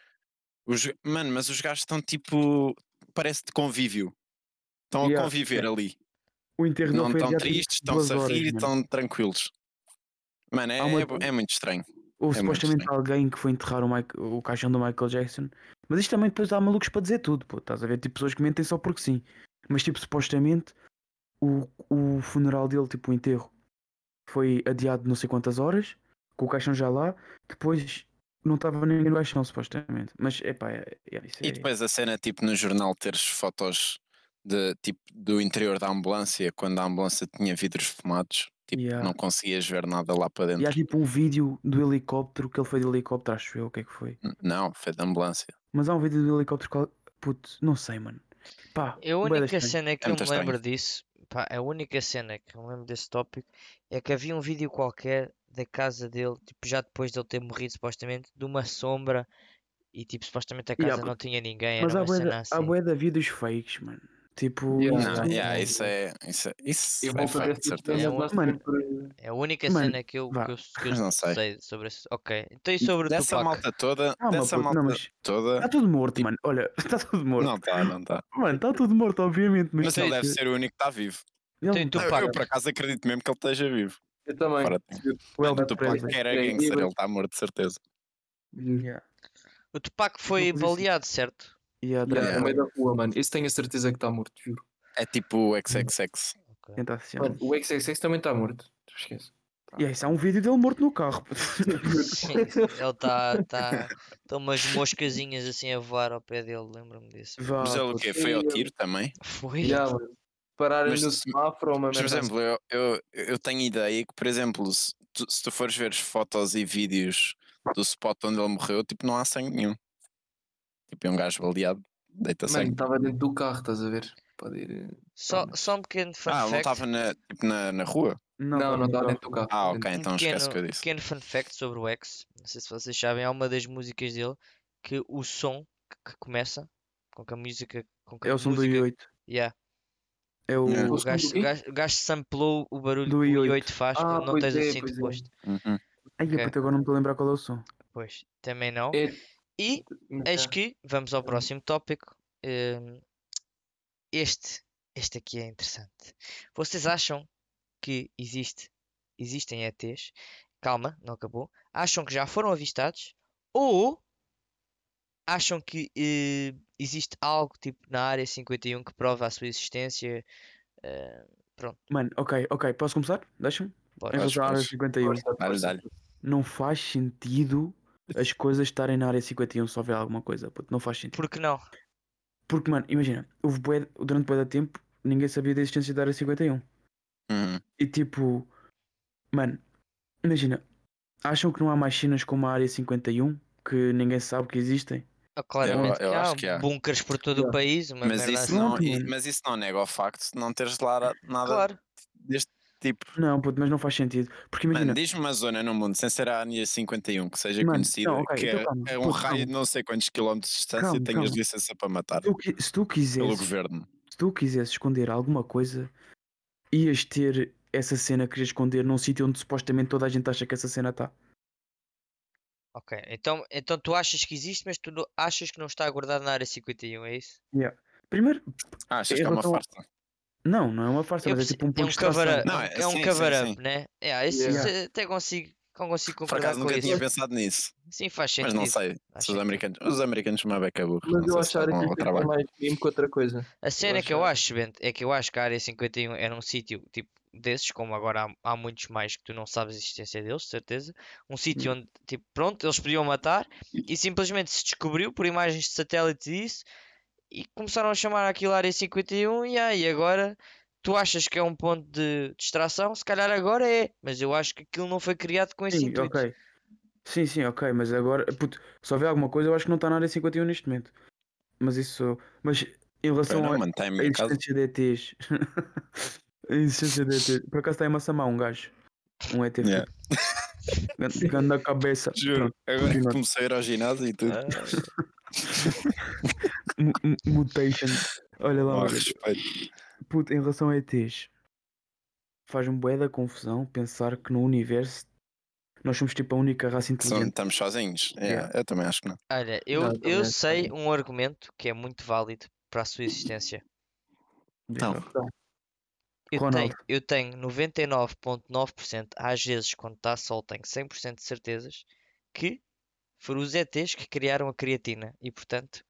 Speaker 3: os, os- mano, mas os gajos estão tipo, parece de convívio. Estão a
Speaker 2: Yeah,
Speaker 3: conviver ali.
Speaker 2: O enterro
Speaker 3: Não
Speaker 2: dele foi
Speaker 3: estão
Speaker 2: adiado tipo,
Speaker 3: tristes,
Speaker 2: duas
Speaker 3: estão-se a
Speaker 2: horas,
Speaker 3: rir,
Speaker 2: mano.
Speaker 3: estão tranquilos. Mano, é,
Speaker 2: Há uma-
Speaker 3: é bo- é muito estranho.
Speaker 2: Houve
Speaker 3: é muito
Speaker 2: supostamente alguém que foi enterrar o, Mike- o caixão do Michael Jackson. Mas isto também depois há malucos para dizer tudo, pô. Estás a ver? Tipo, pessoas que mentem só porque sim. Mas tipo, supostamente o, o funeral dele, tipo, o enterro, foi adiado não sei quantas horas, com o caixão já lá, depois não estava ninguém no caixão, supostamente. Mas epá, é, é, isso é.
Speaker 3: E depois a cena, tipo, no jornal teres fotos de, tipo, do interior da ambulância, quando a ambulância tinha vidros fumados, tipo,
Speaker 2: Yeah.
Speaker 3: não conseguias ver nada lá para
Speaker 2: E
Speaker 3: dentro.
Speaker 2: há tipo um vídeo do helicóptero que ele foi de helicóptero, acho eu, o que é que foi?
Speaker 3: N- Não, foi da ambulância.
Speaker 2: Mas há um vídeo do helicóptero que. ele- Puto, não sei, mano. Pá,
Speaker 1: A
Speaker 2: bué da
Speaker 1: única
Speaker 2: estranho.
Speaker 1: cena que eu
Speaker 3: É muito
Speaker 1: me lembro disso, pá, a única cena que eu me lembro desse tópico é que havia um vídeo qualquer da casa dele, tipo, já depois de ele ter morrido, supostamente, de uma sombra e, tipo, supostamente a
Speaker 2: Yeah,
Speaker 1: casa
Speaker 2: puto.
Speaker 1: não tinha ninguém,
Speaker 2: Mas
Speaker 1: era
Speaker 2: há
Speaker 1: uma
Speaker 2: bué
Speaker 1: cena
Speaker 2: da- há
Speaker 1: assim.
Speaker 2: bué da vida dos fakes, mano. Tipo,
Speaker 4: Yeah.
Speaker 2: isso
Speaker 3: Não,
Speaker 2: aí-
Speaker 3: yeah, isso é. Isso, é- isso
Speaker 4: Eu
Speaker 3: é
Speaker 4: vou fazer
Speaker 3: fake, de
Speaker 4: essas
Speaker 3: certeza.
Speaker 4: cenas lá
Speaker 2: Mano,
Speaker 4: sempre por-
Speaker 1: É a única
Speaker 2: Mano,
Speaker 1: cena que eu, que
Speaker 2: vá.
Speaker 1: eu, que eu
Speaker 3: Mas não sei.
Speaker 1: sei sobre isso. Ok, então e sobre o
Speaker 3: Dessa
Speaker 1: Tupac?
Speaker 3: malta toda.
Speaker 2: Calma,
Speaker 3: dessa
Speaker 2: puto,
Speaker 3: malta
Speaker 2: é Ah, não, mas tá
Speaker 3: toda.
Speaker 2: está tudo morto,
Speaker 3: Tipo-
Speaker 2: mano. Olha, está tudo morto. Oh,
Speaker 3: Não está, não está.
Speaker 2: Mano, está tudo morto, obviamente. Mas,
Speaker 3: Mas ele
Speaker 2: tipo,
Speaker 3: deve ser o único que está vivo.
Speaker 2: ele
Speaker 1: Tem
Speaker 2: não
Speaker 3: Eu,
Speaker 2: tá-
Speaker 1: Tupac.
Speaker 3: eu, por acaso, acredito mesmo que ele esteja vivo.
Speaker 4: Eu também.
Speaker 3: Fora
Speaker 2: o Elvis
Speaker 3: O Tupac
Speaker 2: Presley.
Speaker 3: era
Speaker 4: É,
Speaker 3: gangster,
Speaker 4: e-
Speaker 3: ele está morto, de certeza.
Speaker 4: Yeah,
Speaker 2: Yeah.
Speaker 1: O Tupac foi
Speaker 2: fiz
Speaker 3: assim.
Speaker 2: isso.
Speaker 1: baleado, certo?
Speaker 2: Yeah, tá
Speaker 4: yeah,
Speaker 2: yeah.
Speaker 4: No meio da rua, mano. Esse tenho a certeza que está morto, juro.
Speaker 3: É
Speaker 2: Hum.
Speaker 3: tipo o XXX.
Speaker 1: Ok.
Speaker 2: Quem tá assistindo?
Speaker 4: Mano, o XXX também está morto. Tu esquece.
Speaker 2: E aí, isso há um vídeo dele morto no carro. puto.
Speaker 1: Sim, ele está. Tá, estão umas moscazinhas assim a voar ao pé dele, lembro-me disso.
Speaker 2: Vá,
Speaker 3: Mas ele o
Speaker 2: puto.
Speaker 3: quê? Foi ao tiro também?
Speaker 1: Foi.
Speaker 4: Yeah, mano. Pararem
Speaker 3: Mas-
Speaker 4: no semáforo ou uma
Speaker 3: Mas, por
Speaker 4: merda assim.
Speaker 3: exemplo, eu, eu, eu tenho ideia que, por exemplo, se tu, se tu fores ver fotos e vídeos do spot onde ele morreu, tipo, não há sangue nenhum. Tipo, é um gajo baleado, deita
Speaker 4: Mano,
Speaker 3: sangue.
Speaker 4: estava dentro do carro, estás a ver? Pode ir. eh,
Speaker 1: Só, só um pequeno fun
Speaker 3: Ah, ele não
Speaker 1: fact.
Speaker 3: estava na, tipo, na, na rua?
Speaker 4: Não, não estava
Speaker 2: tá.
Speaker 4: dentro do carro.
Speaker 3: Ah,
Speaker 4: tava
Speaker 3: ok,
Speaker 4: dentro-
Speaker 1: Um
Speaker 3: então esquece o que eu
Speaker 1: pequeno,
Speaker 3: disse.
Speaker 1: pequeno fun fact sobre o X. Não sei se vocês sabem, há uma das músicas dele que o som que, que começa com que a música. Com que
Speaker 2: É
Speaker 1: a
Speaker 2: o som do
Speaker 1: música,
Speaker 2: i8.
Speaker 1: Yeah,
Speaker 2: É o.
Speaker 3: Yeah.
Speaker 1: o,
Speaker 4: O som do
Speaker 1: gajo, o
Speaker 4: quê?
Speaker 1: gajo- o gajo samplou o barulho
Speaker 2: Do
Speaker 1: que o
Speaker 2: i8.
Speaker 1: i8 faz
Speaker 4: Ah,
Speaker 1: quando não
Speaker 4: pois
Speaker 1: tens
Speaker 4: é,
Speaker 1: assim
Speaker 4: pois é.
Speaker 1: de posto.
Speaker 3: Uhum.
Speaker 2: Ai,
Speaker 1: Ok.
Speaker 2: puta, agora não me estou a lembrar qual é o som.
Speaker 1: Pois, também não.
Speaker 4: É-
Speaker 1: E eis que vamos ao próximo tópico. Hum, Este, este aqui é interessante. Vocês acham que existe, existem ETs? Calma, não acabou. Acham que já foram avistados? Ou acham que eh, existe algo tipo na área 51 que prova a sua existência? Eh,
Speaker 2: Mano, ok, ok, posso começar? Deixa-me? Em
Speaker 1: bora.
Speaker 3: Acho
Speaker 2: relação à área
Speaker 3: que posso.
Speaker 2: 51.
Speaker 3: Dá-lhe, dá-lhe.
Speaker 2: Não faz sentido as coisas estarem na área 51 se houver alguma coisa, puto. Não faz sentido.
Speaker 1: Por que não?
Speaker 2: Porque, mano, imagina, houve bué- durante bué de tempo ninguém sabia da existência da área 51.
Speaker 3: Uhum.
Speaker 2: E tipo, mano, imagina, acham que não há mais cenas como a área 51 que ninguém sabe que existem?
Speaker 1: Ah, Claramente
Speaker 3: eu
Speaker 1: que
Speaker 3: acho
Speaker 1: há
Speaker 3: que há.
Speaker 1: bunkers por todo o
Speaker 2: Yeah.
Speaker 1: país, uma
Speaker 3: Mas,
Speaker 1: merda
Speaker 3: isso
Speaker 1: assim.
Speaker 3: não,
Speaker 2: Pronto,
Speaker 3: i-
Speaker 2: mano.
Speaker 3: mas isso não nega o facto de não teres lá nada
Speaker 1: Claro.
Speaker 3: deste tipo.
Speaker 2: Não, puto, mas não faz sentido. Porque
Speaker 3: Mano,
Speaker 2: imagina,
Speaker 3: diz-me uma zona no mundo sem ser a ANIA 51 que seja
Speaker 2: Mano,
Speaker 3: conhecida,
Speaker 2: não, ok,
Speaker 3: que
Speaker 2: então
Speaker 3: é,
Speaker 2: calma,
Speaker 3: é um
Speaker 2: pô,
Speaker 3: raio
Speaker 2: calma.
Speaker 3: de não sei quantos quilómetros de distância
Speaker 2: Calma,
Speaker 3: e tenhas
Speaker 2: calma.
Speaker 3: licença para matar
Speaker 2: se tu, qui- se tu
Speaker 3: pelo
Speaker 2: quisesses,
Speaker 3: governo.
Speaker 2: se tu quisesses esconder alguma coisa, ias ter essa cena que querias esconder num sítio onde supostamente toda a gente acha que essa cena tá. está.
Speaker 1: Ok, então, então tu achas que existe, mas tu não- achas que não está guardado na área 51, é isso?
Speaker 2: Primeiro,
Speaker 3: Ah, achas
Speaker 2: Em
Speaker 3: que é uma
Speaker 2: relação-
Speaker 3: farsa?
Speaker 2: não, não é uma farsa,
Speaker 1: Eu
Speaker 2: mas é
Speaker 1: perce-
Speaker 2: tipo um
Speaker 1: é
Speaker 2: ponto
Speaker 1: um
Speaker 2: de extração.
Speaker 1: cover-up,
Speaker 3: Não,
Speaker 1: é,
Speaker 3: é-
Speaker 1: um- é um
Speaker 3: sim, sim,
Speaker 1: cover-up,
Speaker 3: sim.
Speaker 1: né? É, isso
Speaker 4: Yeah.
Speaker 1: isso até consigo, con- consigo
Speaker 3: Por
Speaker 1: concordar
Speaker 3: acaso
Speaker 1: com
Speaker 3: nunca
Speaker 1: isso.
Speaker 3: tinha pensado nisso,
Speaker 1: Sim, faz
Speaker 3: mas
Speaker 1: sentido.
Speaker 3: não sei.
Speaker 1: faz
Speaker 3: Se os
Speaker 1: sentido.
Speaker 3: americanos, os americanos uma beca burra.
Speaker 4: Mas eu
Speaker 3: não sei se tá
Speaker 4: achar
Speaker 3: estavam
Speaker 4: que
Speaker 3: ao
Speaker 4: isto é
Speaker 3: trabalho.
Speaker 4: mais meme que outra coisa.
Speaker 1: A cena que eu
Speaker 4: acho-
Speaker 1: acho, Bento, é que eu acho que a área 51 era um sítio tipo desses, como agora há, há muitos mais que tu não sabes a existência deles, de certeza. Um
Speaker 2: Hum.
Speaker 1: sítio onde, tipo, pronto, eles podiam matar e simplesmente se descobriu por imagens de satélite disso e começaram a chamar aquilo área 51 e aí agora tu achas que é um ponto de distração? Se calhar agora é, mas eu acho que aquilo não foi criado com esse
Speaker 2: Sim,
Speaker 1: intuito.
Speaker 2: ok. Sim, sim, ok, mas agora, puto, se houver alguma coisa, eu acho que não está na área 51 neste momento. Mas isso, mas em
Speaker 3: Foi,
Speaker 2: relação
Speaker 3: não,
Speaker 2: a-
Speaker 3: mano,
Speaker 4: é
Speaker 3: está em
Speaker 2: à
Speaker 3: minha casa.
Speaker 2: existência de ETs, a existência de ETs, por acaso está em Massamá um gajo, um ET
Speaker 3: Yeah.
Speaker 2: fito, ganda cabeça.
Speaker 3: Juro,
Speaker 2: Pronto,
Speaker 3: agora que
Speaker 2: continua.
Speaker 3: comecei a ir ao ginásio e tudo.
Speaker 1: Ah,
Speaker 2: Mu- mu- mutation. Olha lá,
Speaker 3: Mal
Speaker 2: olha.
Speaker 3: respeito.
Speaker 2: Puto, em relação a ETs, faz-me um bué da confusão pensar que no universo nós somos tipo a única raça
Speaker 3: São-
Speaker 2: inteligente.
Speaker 3: Estamos sozinhos. É,
Speaker 2: Yeah.
Speaker 3: Eu também acho que não.
Speaker 1: Olha, eu,
Speaker 2: Não,
Speaker 1: eu
Speaker 2: também,
Speaker 1: sei um argumento que é muito válido para a sua existência.
Speaker 3: Então,
Speaker 1: Eu
Speaker 2: Ronaldo.
Speaker 1: tenho, eu tenho 99.9%, às vezes quando está sol tenho 100% de certezas que foram os ETs que criaram a creatina e portanto,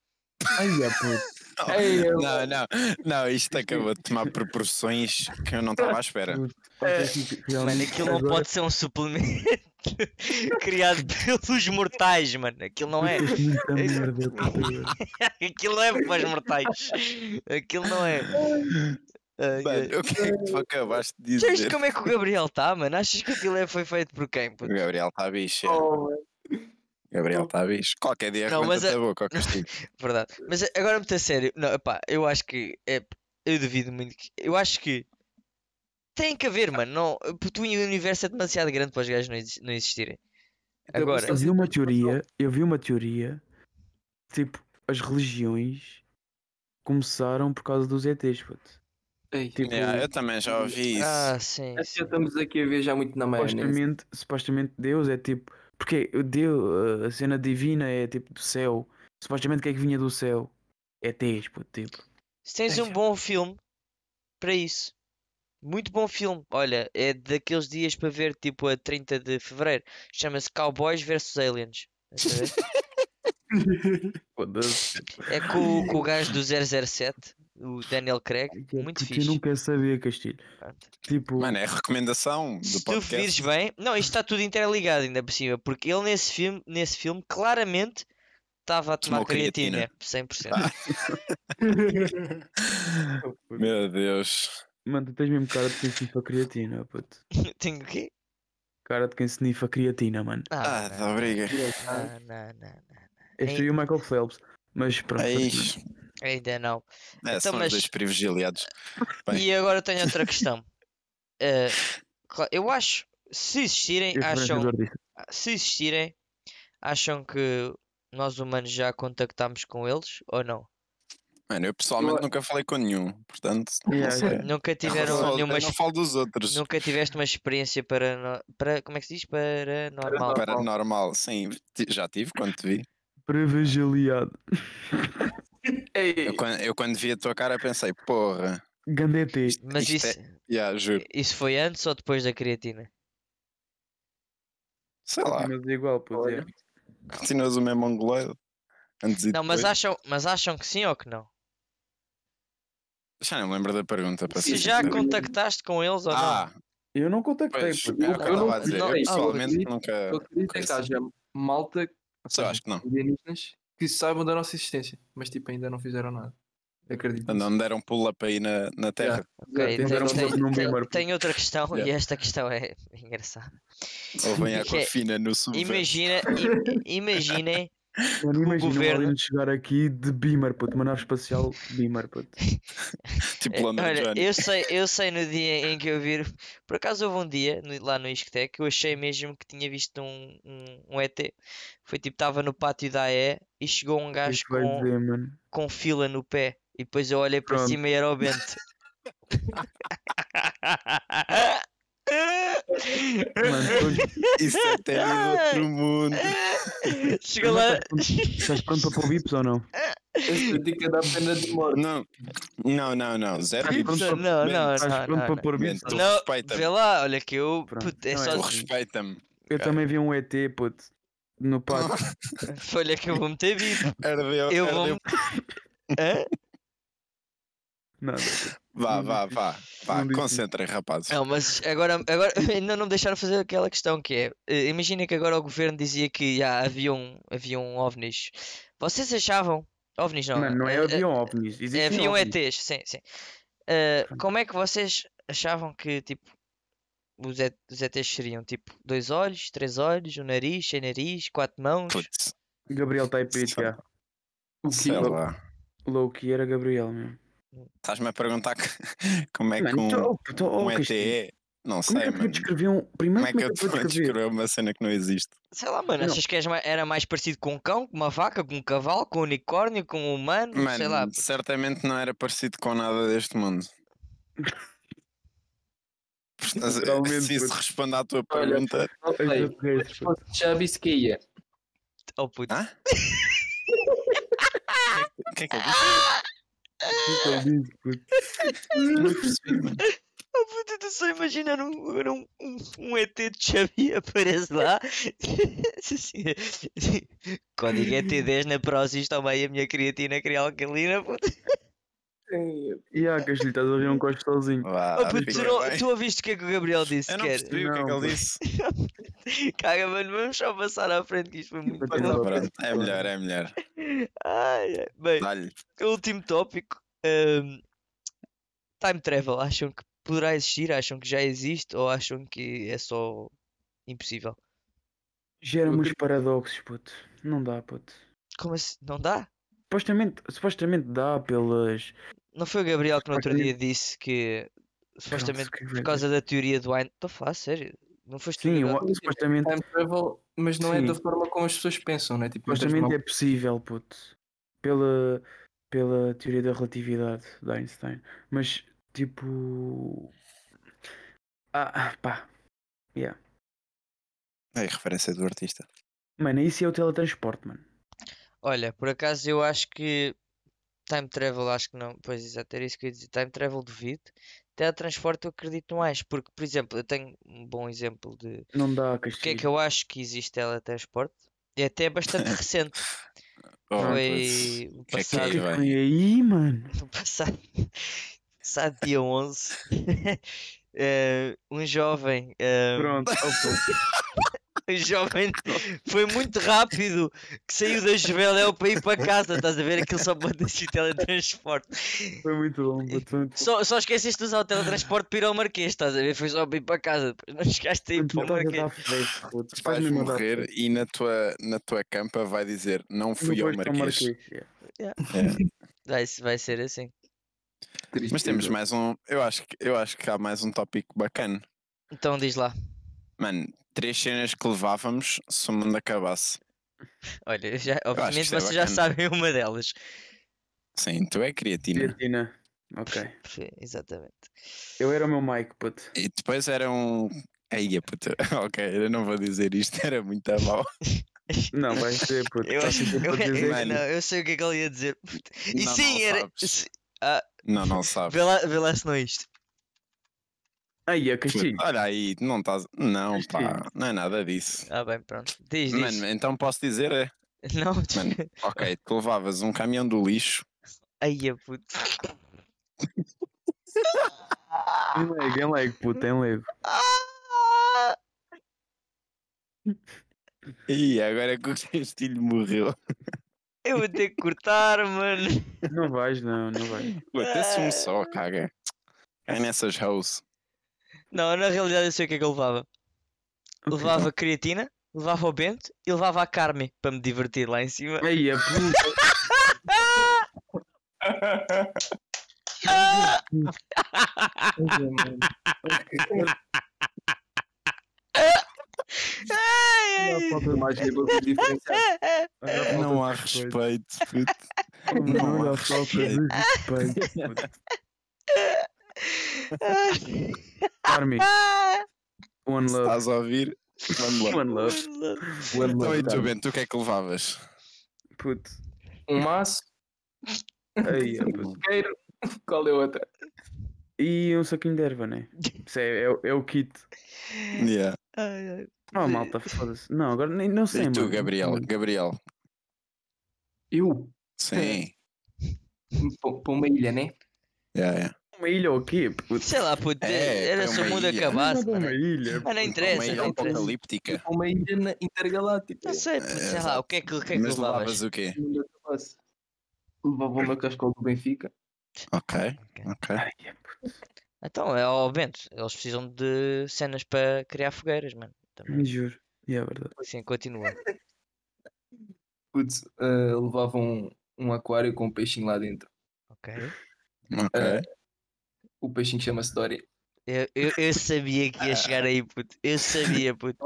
Speaker 2: Ai, é, puto.
Speaker 4: Ei, eu-
Speaker 3: Não, não, não, isto acabou de tomar proporções que eu não estava à espera.
Speaker 2: Puto, vocês
Speaker 1: É.
Speaker 2: ficam-
Speaker 1: mano,
Speaker 2: realmente
Speaker 1: aquilo não
Speaker 2: agora-
Speaker 1: pode ser um suplemento criado pelos mortais, mano. Aquilo não é,
Speaker 2: Putas, muita merda, puta.
Speaker 1: aquilo não é para os mortais. Aquilo não é. Ah,
Speaker 3: Mano, o que é que tu acabaste de
Speaker 1: já viste
Speaker 3: dizer?
Speaker 1: como é que o Gabriel está, mano? Achas que aquilo é, foi feito por quem?
Speaker 3: O
Speaker 1: puto?
Speaker 3: Gabriel está bicho. é.
Speaker 4: Oh, mano.
Speaker 3: Gabriel está bicho. Qualquer dia
Speaker 1: Não, mas é-
Speaker 3: arrebenta-te a boca, ó Castilho.
Speaker 1: Verdade. Mas a- agora muito a sério. Não, epá, eu acho que é, eu duvido muito que. Eu acho que tem que haver, mano. Não, porque o universo é demasiado grande para os gajos não, exis- não existirem.
Speaker 4: Então,
Speaker 1: Agora,
Speaker 2: Eu
Speaker 4: mas-
Speaker 2: vi uma teoria, eu vi uma teoria, tipo, as religiões começaram por causa dos ETs, puto.
Speaker 4: Ei,
Speaker 2: Tipo,
Speaker 3: Yeah, eu também já ouvi isso.
Speaker 1: ah, sim.
Speaker 4: acho que
Speaker 1: sim.
Speaker 4: já estamos aqui a ver já muito na maionese.
Speaker 2: supostamente, supostamente Deus é tipo, porque o Deus, a cena divina é tipo do céu. Supostamente o que é que vinha do céu? ETs, puto, tipo.
Speaker 1: Se tens um bom filme para isso. Muito bom filme. Olha, é daqueles dias para ver tipo a 30 de Fevereiro. Chama-se Cowboys vs Aliens. Estás a ver?
Speaker 2: Foda-se.
Speaker 1: É com, o- com o gajo do 007, o Daniel Craig. Muito
Speaker 2: É Puto,
Speaker 1: fixe.
Speaker 2: Eu nunca sabia, Castilho.
Speaker 1: Pronto.
Speaker 2: Tipo,
Speaker 3: Mano, é a recomendação do
Speaker 1: Se tu vires
Speaker 3: podcast.
Speaker 1: bem, não, isto está tudo interligado ainda por cima, porque ele nesse filme, nesse filme claramente estava a tomar
Speaker 3: Tomou creatina. Ah.
Speaker 1: creatina, 100%.
Speaker 3: Meu Deus.
Speaker 2: mano, tu tens mesmo cara de quem snifa creatina, puto.
Speaker 1: Tenho o quê?
Speaker 2: Cara de quem snifa creatina, mano.
Speaker 3: Ah,
Speaker 1: Ah,
Speaker 3: dá briga.
Speaker 1: não, não, não, não, não.
Speaker 2: Este
Speaker 1: Em-
Speaker 2: aí é o Michael Phelps. Mas pronto.
Speaker 3: Aí,
Speaker 2: continua.
Speaker 1: ainda não.
Speaker 3: é,
Speaker 1: Então,
Speaker 3: são
Speaker 1: mas-
Speaker 3: os dois privilegiados. Bem.
Speaker 1: E agora tenho outra questão. Eh, cla- eu acho, se existirem,
Speaker 2: Eu sou
Speaker 1: acham,
Speaker 2: vencedor disso.
Speaker 1: se existirem, acham que nós humanos já contactámos com eles ou não?
Speaker 3: Mano, eu pessoalmente
Speaker 4: Eu-
Speaker 3: nunca falei com nenhum, portanto,
Speaker 2: Yeah,
Speaker 3: É. não sei.
Speaker 2: yeah.
Speaker 1: Nunca
Speaker 3: Eu
Speaker 1: tiveram
Speaker 3: não, falo-
Speaker 1: nenhuma.
Speaker 3: eu não
Speaker 1: ex-
Speaker 3: falo dos outros.
Speaker 1: Nunca tiveste uma experiência para. para como é que se diz? Paranormal.
Speaker 4: Paranormal.
Speaker 3: Paranormal, sim, ti- já tive quando te vi.
Speaker 2: Privilegiado.
Speaker 4: Ei,
Speaker 3: Eu, quan- eu quando vi a tua cara pensei, porra,
Speaker 2: Gandete.
Speaker 1: Mas
Speaker 3: Isto
Speaker 1: isso,
Speaker 3: é- já, juro,
Speaker 1: isso foi antes ou depois da creatina?
Speaker 3: sei lá,
Speaker 2: Mas é igual, pois
Speaker 4: Olha.
Speaker 2: é.
Speaker 3: continuas o mesmo mongoloide. Antes e
Speaker 1: Não, mas
Speaker 3: depois.
Speaker 1: acham, mas acham que sim ou que não?
Speaker 3: Já não me lembro da pergunta, para
Speaker 1: Se
Speaker 3: ser
Speaker 1: já
Speaker 3: sincero.
Speaker 1: contactaste com eles ou não?
Speaker 3: Ah,
Speaker 2: Eu não contactei.
Speaker 3: pois,
Speaker 2: pô.
Speaker 3: era o que eu
Speaker 4: eu não-
Speaker 3: estava a dizer.
Speaker 1: não-
Speaker 3: Eu
Speaker 1: ah,
Speaker 3: pessoalmente
Speaker 4: acredito-
Speaker 3: nunca...
Speaker 4: eu acredito é que
Speaker 3: coisa.
Speaker 4: haja malta ou
Speaker 3: Só
Speaker 4: seja,
Speaker 3: acho que não.
Speaker 4: alienígenas que saibam da nossa existência, mas tipo ainda não fizeram nada. Acredito.
Speaker 3: Ah, Não me deram pull-up aí na, na terra.
Speaker 1: Ok, então
Speaker 4: Exato,
Speaker 1: tem-
Speaker 4: ainda não
Speaker 1: tem-
Speaker 2: foram num
Speaker 1: tem-
Speaker 2: primeiro
Speaker 1: Tenho outra questão e
Speaker 3: um Yeah.
Speaker 1: esta questão é engraçada.
Speaker 3: Ou vem a
Speaker 1: Que é-
Speaker 3: fina no subverso.
Speaker 1: Imagina, im- imaginem
Speaker 2: Mano, imagina um
Speaker 1: governo-
Speaker 2: alien chegar aqui de Beamer, puto. Uma nave espacial Beamer, puto.
Speaker 3: Tipo
Speaker 1: É,
Speaker 3: London
Speaker 1: Olha,
Speaker 3: Johnny.
Speaker 1: eu sei, eu sei no dia em que eu vi. Por acaso houve um dia no- lá no Isquetec que eu achei mesmo que tinha visto um, um, um ET. Foi tipo, estava no pátio da AE e chegou um
Speaker 2: O que é
Speaker 1: gajo
Speaker 2: que vais
Speaker 1: com,
Speaker 2: dizer, mano?
Speaker 1: com fila no pé. E depois eu olhei para
Speaker 2: Pronto.
Speaker 1: cima e era o Bento.
Speaker 2: Mano, hoje
Speaker 3: Isso é até de outro mundo.
Speaker 1: Chegou lá.
Speaker 2: estás pronto para pôr bips ou não?
Speaker 4: Essa dica dá pena de morte.
Speaker 3: Não, não, não, não. Zero
Speaker 2: Ai,
Speaker 3: bips.
Speaker 2: pronto,
Speaker 1: Não, não, não,
Speaker 2: Estás
Speaker 1: não,
Speaker 2: pronto para
Speaker 1: não.
Speaker 2: pôr bips?
Speaker 3: Mente, tu
Speaker 1: Não,
Speaker 3: respeita-me.
Speaker 1: vê lá, olha que eu.
Speaker 2: Pronto,
Speaker 1: puto, é
Speaker 2: não é.
Speaker 1: só.
Speaker 3: Tu respeita-me.
Speaker 2: Eu também vi um ET, puto. No parque.
Speaker 1: Olha que eu vou meter bico.
Speaker 3: Ardeu,
Speaker 1: Eu
Speaker 3: ardeu.
Speaker 1: vou. Hã?
Speaker 2: Nada.
Speaker 3: Vá, vá, vá. Vá,
Speaker 2: Não disse.
Speaker 3: concentrem, rapazes.
Speaker 1: um Não, mas agora, agora ainda não me deixaram fazer aquela questão que é. eh, Imagina que agora o governo dizia que já haviam, haviam um ovnis. Vocês achavam. OVNIs não.
Speaker 2: Mano, não é
Speaker 1: eh, eh,
Speaker 2: avião ovnis.
Speaker 1: eh,
Speaker 2: Existem
Speaker 1: haviam
Speaker 2: ovnis.
Speaker 1: ETs, sim, sim. Eh,
Speaker 2: é Pronto.
Speaker 1: como é que vocês achavam que tipo os, E- os ETs seriam tipo dois olhos, três olhos, um nariz, sem nariz, quatro mãos?
Speaker 3: Putz,
Speaker 2: Gabriel tá Taipit,
Speaker 3: Sei
Speaker 2: já.
Speaker 4: O
Speaker 2: Um
Speaker 3: sei
Speaker 4: que
Speaker 3: lá.
Speaker 2: Loki era Gabriel, meu.
Speaker 3: Estás-me a perguntar que- como é que
Speaker 2: Mano, então,
Speaker 3: um,
Speaker 2: oh, puto, oh,
Speaker 3: um ET
Speaker 2: Cristiano,
Speaker 3: é. Não sei,
Speaker 2: Como é que eu
Speaker 3: mano.
Speaker 2: descrevi um.
Speaker 3: Como
Speaker 2: Primeiro,
Speaker 3: é que eu
Speaker 2: te
Speaker 3: estou a descrever uma cena que não existe?
Speaker 1: Sei lá, mano,
Speaker 2: Não.
Speaker 1: achas que és ma- era mais parecido com um cão, com uma vaca, com um cavalo, com um unicórnio, com um humano? sei lá.
Speaker 3: Mano, certamente não era parecido com nada deste mundo. Portanto,
Speaker 2: Literalmente,
Speaker 3: se isso
Speaker 2: puto.
Speaker 3: responde à tua
Speaker 4: Olha,
Speaker 3: pergunta,
Speaker 4: Não sei.
Speaker 2: descrever.
Speaker 4: Mas Já vi que ia.
Speaker 1: Oh
Speaker 2: ah.
Speaker 1: puto.
Speaker 3: Hã? o que é que eu disse? Não percebi, mano.
Speaker 1: Oh, puta, tu só imagina um, agora um, um, um ET de Xavi aparece lá. Assim, Código ET10 na Prozis, toma aí a minha creatina crialcalina. Puta.
Speaker 2: E há, Castilho, estás a ouvir um coche sozinho.
Speaker 3: Vá,
Speaker 1: Oh, puto,
Speaker 3: Ah,
Speaker 1: tu,
Speaker 3: fica
Speaker 1: não,
Speaker 3: bem.
Speaker 1: tu ouviste o que é que o Gabriel disse?
Speaker 3: Eu não
Speaker 1: quer?
Speaker 3: percebi o que é que
Speaker 2: Não,
Speaker 3: ele disse.
Speaker 1: Caga, mano, vamos só passar à frente que isto foi muito
Speaker 2: Mas
Speaker 1: bom.
Speaker 2: não.
Speaker 3: Pronto, é melhor, é melhor.
Speaker 1: Ai, ai. Bem,
Speaker 3: Dá-lhe.
Speaker 1: último tópico. ahm, time travel, acham que poderá existir? Acham que já existe? Ou acham que é só impossível?
Speaker 2: Gera-me uns paradoxos, puto. Não dá, puto.
Speaker 1: Como assim? Não dá?
Speaker 2: Supostamente, supostamente dá pelas.
Speaker 1: Não foi o Gabriel que no outro
Speaker 2: Supostamente-
Speaker 1: dia disse que supostamente
Speaker 2: Pronto, que
Speaker 1: por
Speaker 2: vai
Speaker 1: causa da teoria do Einstein. Estou a falar sério. Não
Speaker 2: dizer.
Speaker 1: foste tu,
Speaker 2: Sim,
Speaker 1: Gabriel?
Speaker 2: o- supostamente,
Speaker 4: Time travel, mas não é
Speaker 2: Sim.
Speaker 4: da forma como as pessoas pensam, né? Tipo,
Speaker 2: supostamente é possível, puto. Pela, pela teoria da relatividade de Einstein. Mas, tipo. Ah, pá.
Speaker 3: É a referência do artista.
Speaker 2: Mano, isso é o teletransporte, mano.
Speaker 1: Olha, por acaso eu acho que time travel, acho que não. Pois exato, era isso que eu ia dizer. Time travel duvido. Teletransporte eu acredito mais. Porque, por exemplo, eu tenho um bom exemplo de
Speaker 2: Não dá,
Speaker 1: porque é
Speaker 2: Castilho.
Speaker 1: que eu acho que existe teletransporte. E até bastante recente.
Speaker 3: Oh,
Speaker 1: Foi o
Speaker 3: que é que é
Speaker 1: passado.
Speaker 3: isso?
Speaker 2: Foi
Speaker 3: vai.
Speaker 2: Tá, tipo, aí, mano.
Speaker 1: no passado, passado dia 11, eh, um jovem, eh,
Speaker 2: Pronto, opa.
Speaker 1: um jovem foi muito rápido que saiu da Juveléu para ir para casa. Estás a ver aquilo só pode ser teletransporte.
Speaker 2: foi muito bom. puto, Foi muito
Speaker 1: Só, só esqueceste de usar o teletransporte para ir ao Marquês. Estás a ver? Foi só para ir para casa. Depois não chegaste a ir
Speaker 2: Mano, tu
Speaker 1: para o
Speaker 2: estás a dar
Speaker 1: Marquês.
Speaker 2: flex, puto.
Speaker 3: Vais
Speaker 2: Estás-me a dar
Speaker 3: morrer
Speaker 2: flex.
Speaker 3: e na tua, na tua campa vai dizer não
Speaker 2: Não
Speaker 3: fui ao
Speaker 2: foste
Speaker 3: Marquês.
Speaker 2: é.
Speaker 3: É.
Speaker 1: Vai, vai ser assim.
Speaker 3: Mas temos mais um. Eu acho, que, eu acho que há mais um tópico bacana.
Speaker 1: Então diz lá.
Speaker 3: Mano, três cenas que levávamos se o mundo acabasse.
Speaker 1: Olha, já, obviamente
Speaker 3: isto é
Speaker 1: vocês já
Speaker 3: bacana.
Speaker 1: sabem uma delas.
Speaker 3: Sim, tu é creatina.
Speaker 2: Creatina. Ok.
Speaker 1: Perfe- Exatamente.
Speaker 2: Eu era o meu Mike, puto.
Speaker 3: E depois era um. Aí, puta. Ok, eu não vou dizer isto, era muito mau.
Speaker 2: Não, vai ser, puto.
Speaker 1: Eu,
Speaker 2: Estás sempre
Speaker 1: eu-
Speaker 2: a
Speaker 1: eu-
Speaker 2: dizer
Speaker 1: eu-
Speaker 2: que-
Speaker 1: não, eu sei o que é que ele ia dizer. Puta. E
Speaker 3: Não,
Speaker 1: sim,
Speaker 3: não
Speaker 1: era.
Speaker 3: sabes.
Speaker 1: se-
Speaker 3: Não, não sabes.
Speaker 1: Vê lá, vê lá se não é isto.
Speaker 2: Ai, a é castigo.
Speaker 3: Tipo, Olha aí, não estás. Não,
Speaker 2: Mas
Speaker 3: pá, não é nada disso.
Speaker 1: Ah, bem, pronto. Diz, diz.
Speaker 3: Mano, então posso dizer, é.
Speaker 1: Não,
Speaker 3: Mano, ok, tu levavas um caminhão do lixo.
Speaker 1: aí a puto.
Speaker 2: Tem leg, tem leg, puto, tem leg.
Speaker 1: Ah!
Speaker 3: E agora é que o Castilho morreu.
Speaker 1: Eu vou ter que cortar, mano.
Speaker 2: Não vais, não, não vais.
Speaker 3: Batesse um só, caga. É nessas hoes.
Speaker 1: Não, na realidade eu sei o que é que eu levava. Levava creatina, levava o Bento e levava a Carme para me divertir lá em cima. Ah!
Speaker 2: Ai, a puta.
Speaker 1: Ai, Ah, ai.
Speaker 4: falta mais que eu diferenciar.
Speaker 2: É,
Speaker 3: Não há respeito, puto.
Speaker 2: Não
Speaker 3: Não há
Speaker 2: há falta de respeito. puto. Carmi,
Speaker 1: Ah,
Speaker 2: one
Speaker 3: Se
Speaker 2: love.
Speaker 3: Estás a ouvir? Vamos lá.
Speaker 2: One love. One
Speaker 3: Então e
Speaker 2: love.
Speaker 3: tu, Bento, o que é que levavas?
Speaker 2: Puto.
Speaker 4: Um maço,
Speaker 2: Ai, a puto.
Speaker 4: queiro. Qual é a outra?
Speaker 2: E um saquinho de erva, né? Isso é, é, o- é o kit.
Speaker 3: Yeah.
Speaker 1: ai, ai.
Speaker 2: Oh, malta, foda-se. Não, agora nem, não sei,
Speaker 3: E tu,
Speaker 2: mano.
Speaker 3: Gabriel? Gabriel.
Speaker 4: Eu?
Speaker 3: Sim.
Speaker 4: Para uma ilha, né?
Speaker 3: Yeah, yeah.
Speaker 2: Uma ilha ou o quê? puto?
Speaker 1: Sei lá, né? puto,
Speaker 3: É,
Speaker 1: era
Speaker 3: é
Speaker 1: se
Speaker 3: uma
Speaker 1: o mundo
Speaker 3: ilha.
Speaker 1: acabasse.
Speaker 2: Não é
Speaker 1: mano.
Speaker 2: uma ilha.
Speaker 1: Mas não
Speaker 3: Uma
Speaker 1: interessa,
Speaker 3: ilha
Speaker 1: não interessa.
Speaker 3: apocalíptica.
Speaker 4: Para Tipo, uma ilha na- intergaláctica.
Speaker 1: Não sei, puto, sei lá, o que é que, o que, é que
Speaker 3: Mas
Speaker 1: levavas?
Speaker 3: levavas o quê?
Speaker 4: Onde eu fosse. Levava uma cascola do Benfica.
Speaker 3: Ok, ok.
Speaker 2: Ai, a puto.
Speaker 1: Então, é ao Bento, eles precisam de cenas para criar fogueiras, mano. Também.
Speaker 2: Juro. E é verdade.
Speaker 1: Sim, continua.
Speaker 4: Putz, eh, levava um, um aquário com um peixinho lá dentro.
Speaker 1: Ok.
Speaker 3: Ok.
Speaker 4: Eh, o peixinho chama-se Dory.
Speaker 1: Eu, eu, eu sabia que ia chegar aí, puto. Eu sabia, puto.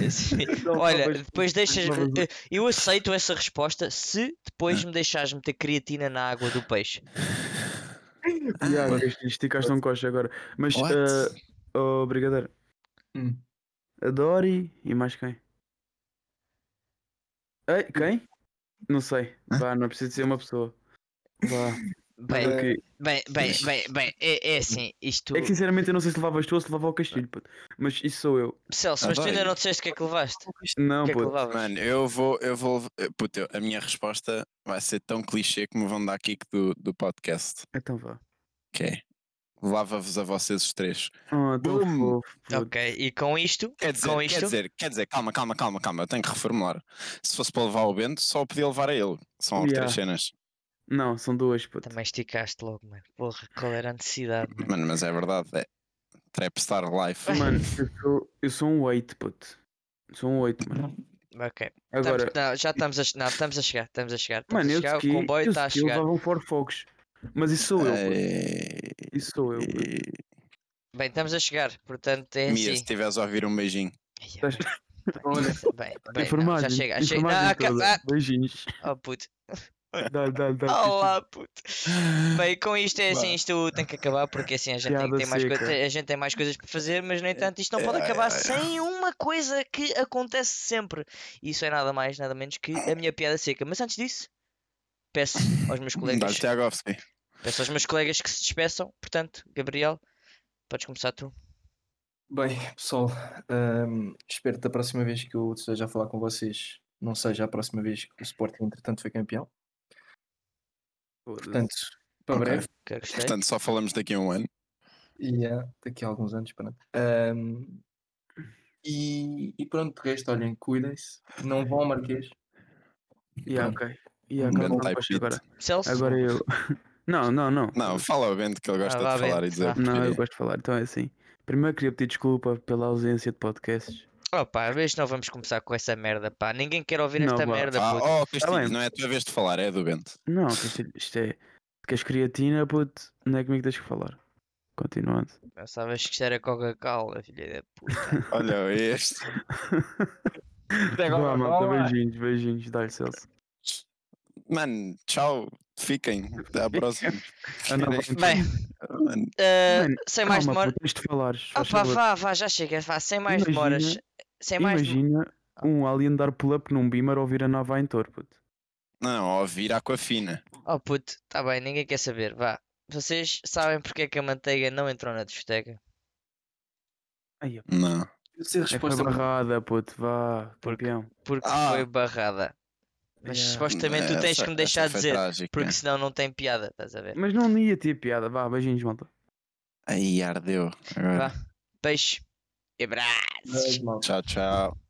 Speaker 1: Eu sabia. Olha, depois deixas.
Speaker 2: não, mas-
Speaker 1: eh, Eu aceito essa resposta se depois me deixares meter creatina na água do peixe.
Speaker 2: Iago, esticaste um coche agora. Mas,
Speaker 3: What?
Speaker 2: ah, oh, brigadeiro.
Speaker 4: Hum.
Speaker 2: A Dory e mais quem? Ei,
Speaker 1: Hum.
Speaker 2: quem? Não sei. Vá, não preciso dizer uma pessoa. Vá.
Speaker 1: Bem,
Speaker 2: manda aqui.
Speaker 1: bem, bem, bem, bem. É, é assim, isto.
Speaker 2: É que sinceramente eu não sei se levavas tu ou se levava o Castilho, puto. Mas isso sou eu.
Speaker 1: Celso, mas tu ainda
Speaker 3: Adoro.
Speaker 1: não disseste o que é que levaste. O
Speaker 2: Não,
Speaker 1: que é que
Speaker 2: puto.
Speaker 1: levavas?
Speaker 3: Mano, eu vou, eu vou. eh, Puta, a minha resposta vai ser tão clichê que me vão dar kick do, do podcast.
Speaker 2: Então vá.
Speaker 3: Que é. Lava-vos a vocês os três.
Speaker 2: Oh, tão
Speaker 3: Boom.
Speaker 2: fofo, puto.
Speaker 1: Ok, e com isto.
Speaker 3: Quer dizer,
Speaker 1: Com
Speaker 3: quer
Speaker 1: isto?
Speaker 3: dizer, quer dizer, calma, calma, calma, calma, eu tenho que reformular. Se fosse para levar o Bento, só o podia levar a ele. São as
Speaker 2: Yeah.
Speaker 3: três cenas.
Speaker 2: Não, são duas, puto.
Speaker 1: Também esticaste logo, mano. Porra, qual era a necessidade, mano?
Speaker 3: Mano, mas é verdade, é. Trapstar Life.
Speaker 2: Mano, eu sou, eu sou um 8, puto. Sou um 8, mano.
Speaker 1: Ok. Estamos-
Speaker 2: Agora,
Speaker 1: não, já estamos a, che- não, estamos a chegar, estamos a chegar. Estamos
Speaker 2: mano,
Speaker 1: a
Speaker 2: eu
Speaker 1: chegar,
Speaker 2: daqui,
Speaker 1: o comboio
Speaker 2: eu
Speaker 1: está a
Speaker 2: daqui
Speaker 1: chegar.
Speaker 2: levavam Ford Focus. Mas isso sou eu, puto.
Speaker 3: Ei,
Speaker 2: Isso sou eu, puto.
Speaker 3: ei.
Speaker 1: Bem, estamos a chegar, portanto é
Speaker 3: Mia, se
Speaker 1: assim.
Speaker 3: estiveres a ouvir um beijinho.
Speaker 1: Ai,
Speaker 2: Estás-
Speaker 4: Olha,
Speaker 1: Tá Bem, bem, não, já
Speaker 2: Informagem,
Speaker 1: chega, já chega.
Speaker 2: informagem
Speaker 1: Ah, ca-
Speaker 2: toda.
Speaker 1: ah,
Speaker 2: Beijinhos.
Speaker 1: Oh puto.
Speaker 2: Dá, dá, dá.
Speaker 1: Olá, puto. Bem, com isto é assim, isto tem que acabar porque assim a gente, tem,
Speaker 2: Piada
Speaker 1: tem mais
Speaker 2: seca.
Speaker 1: coisa- a gente tem mais coisas para fazer, mas no entanto isto não pode
Speaker 3: Ai, ai,
Speaker 1: acabar
Speaker 3: ai.
Speaker 1: sem uma coisa que acontece sempre. Isso é nada mais, nada menos que a minha piada seca. Mas antes disso, peço aos meus
Speaker 3: Dá-lhe
Speaker 1: colegas,
Speaker 3: Tiagovski.
Speaker 1: peço aos meus colegas que se despeçam. Portanto, Gabriel, podes começar tu.
Speaker 4: Bem, pessoal, ahm, espero que da próxima vez que eu esteja a falar com vocês, não seja a próxima vez que o Sporting, entretanto, foi campeão. Portanto, para
Speaker 3: Ok.
Speaker 4: breve
Speaker 1: Que eu gostei.
Speaker 3: Portanto, só falamos daqui a um ano.
Speaker 4: e ah, daqui a alguns anos, pronto. Ahm, e, e pronto, de resto, olhem, cuidem-se, não vão ao Marquês. E
Speaker 2: Yeah,
Speaker 4: pronto.
Speaker 2: ok. Yeah,
Speaker 4: Um
Speaker 2: agora,
Speaker 4: grande
Speaker 2: vamos
Speaker 3: type
Speaker 2: para
Speaker 3: beat.
Speaker 2: agora.
Speaker 1: Celso?
Speaker 2: agora eu. Não, não, não.
Speaker 3: Não, fala ao Ah, Bento que ele gosta
Speaker 1: vá,
Speaker 3: de falar
Speaker 1: Bento,
Speaker 3: e dizer.
Speaker 1: vá.
Speaker 3: o que
Speaker 2: Não, eu
Speaker 3: queria.
Speaker 2: gosto de falar. Então é assim. Primeiro queria pedir desculpa pela ausência de podcasts.
Speaker 1: Opa, vez não vamos começar com essa merda, pá. Ninguém quer ouvir
Speaker 2: Não,
Speaker 1: esta
Speaker 2: vá.
Speaker 1: merda,
Speaker 3: Ah,
Speaker 1: puto.
Speaker 3: oh, Castilho,
Speaker 2: bem.
Speaker 3: não é a tua vez de falar, é do Bento.
Speaker 2: Não, que isto, isto é. Queres creatina, puto? Não é comigo que tens que falar. Continuando.
Speaker 3: oh.
Speaker 1: Pensavas que isto era Coca-Cola, filha da puta.
Speaker 3: Olha, é este.
Speaker 2: Vá,
Speaker 4: agora,
Speaker 2: malta,
Speaker 4: vá lá.
Speaker 2: beijinhos, beijinhos. Dá-lhe, Celso.
Speaker 3: Mano, tchau. Fiquem. Até à próxima.
Speaker 2: Ah, não, vai-
Speaker 1: Bem,
Speaker 3: Mano,
Speaker 1: eh,
Speaker 2: Mano,
Speaker 1: sem mais
Speaker 2: Calma,
Speaker 1: demoras.
Speaker 2: pô, tens de falares.
Speaker 1: Ah
Speaker 2: faz
Speaker 1: pá,
Speaker 2: favor.
Speaker 1: vá, vá, já chega, vá, sem mais demoras.
Speaker 2: Imagina-
Speaker 1: Sem É mais dem-
Speaker 2: Imagina um alien dar pull-up num beamer ao vir a nave a entor, puto.
Speaker 3: não, ó, vir à coafina.
Speaker 1: Oh puto, tá bem, ninguém quer saber, vá. Vocês sabem porque é que a manteiga não entrou na discoteca?
Speaker 2: Ai, pô,
Speaker 3: Não.
Speaker 4: Eu sei a
Speaker 2: é que foi
Speaker 4: resposta.
Speaker 2: barrada, puto, vá, campeão.
Speaker 1: Porque
Speaker 3: Ah. Hum,
Speaker 1: foi barrada. Mas
Speaker 2: Yeah.
Speaker 1: supostamente tu
Speaker 3: Essa-
Speaker 1: tens que me deixar
Speaker 3: essa foi
Speaker 1: dizer,
Speaker 3: trágica.
Speaker 1: porque senão não tem piada, estás a ver?
Speaker 2: Mas não ia ter piada, vá, beijinhos, malta.
Speaker 3: Aí ardeu. Agora.
Speaker 1: Vá. Peixe e braços.
Speaker 4: Mas, mal.
Speaker 3: Tchau, tchau.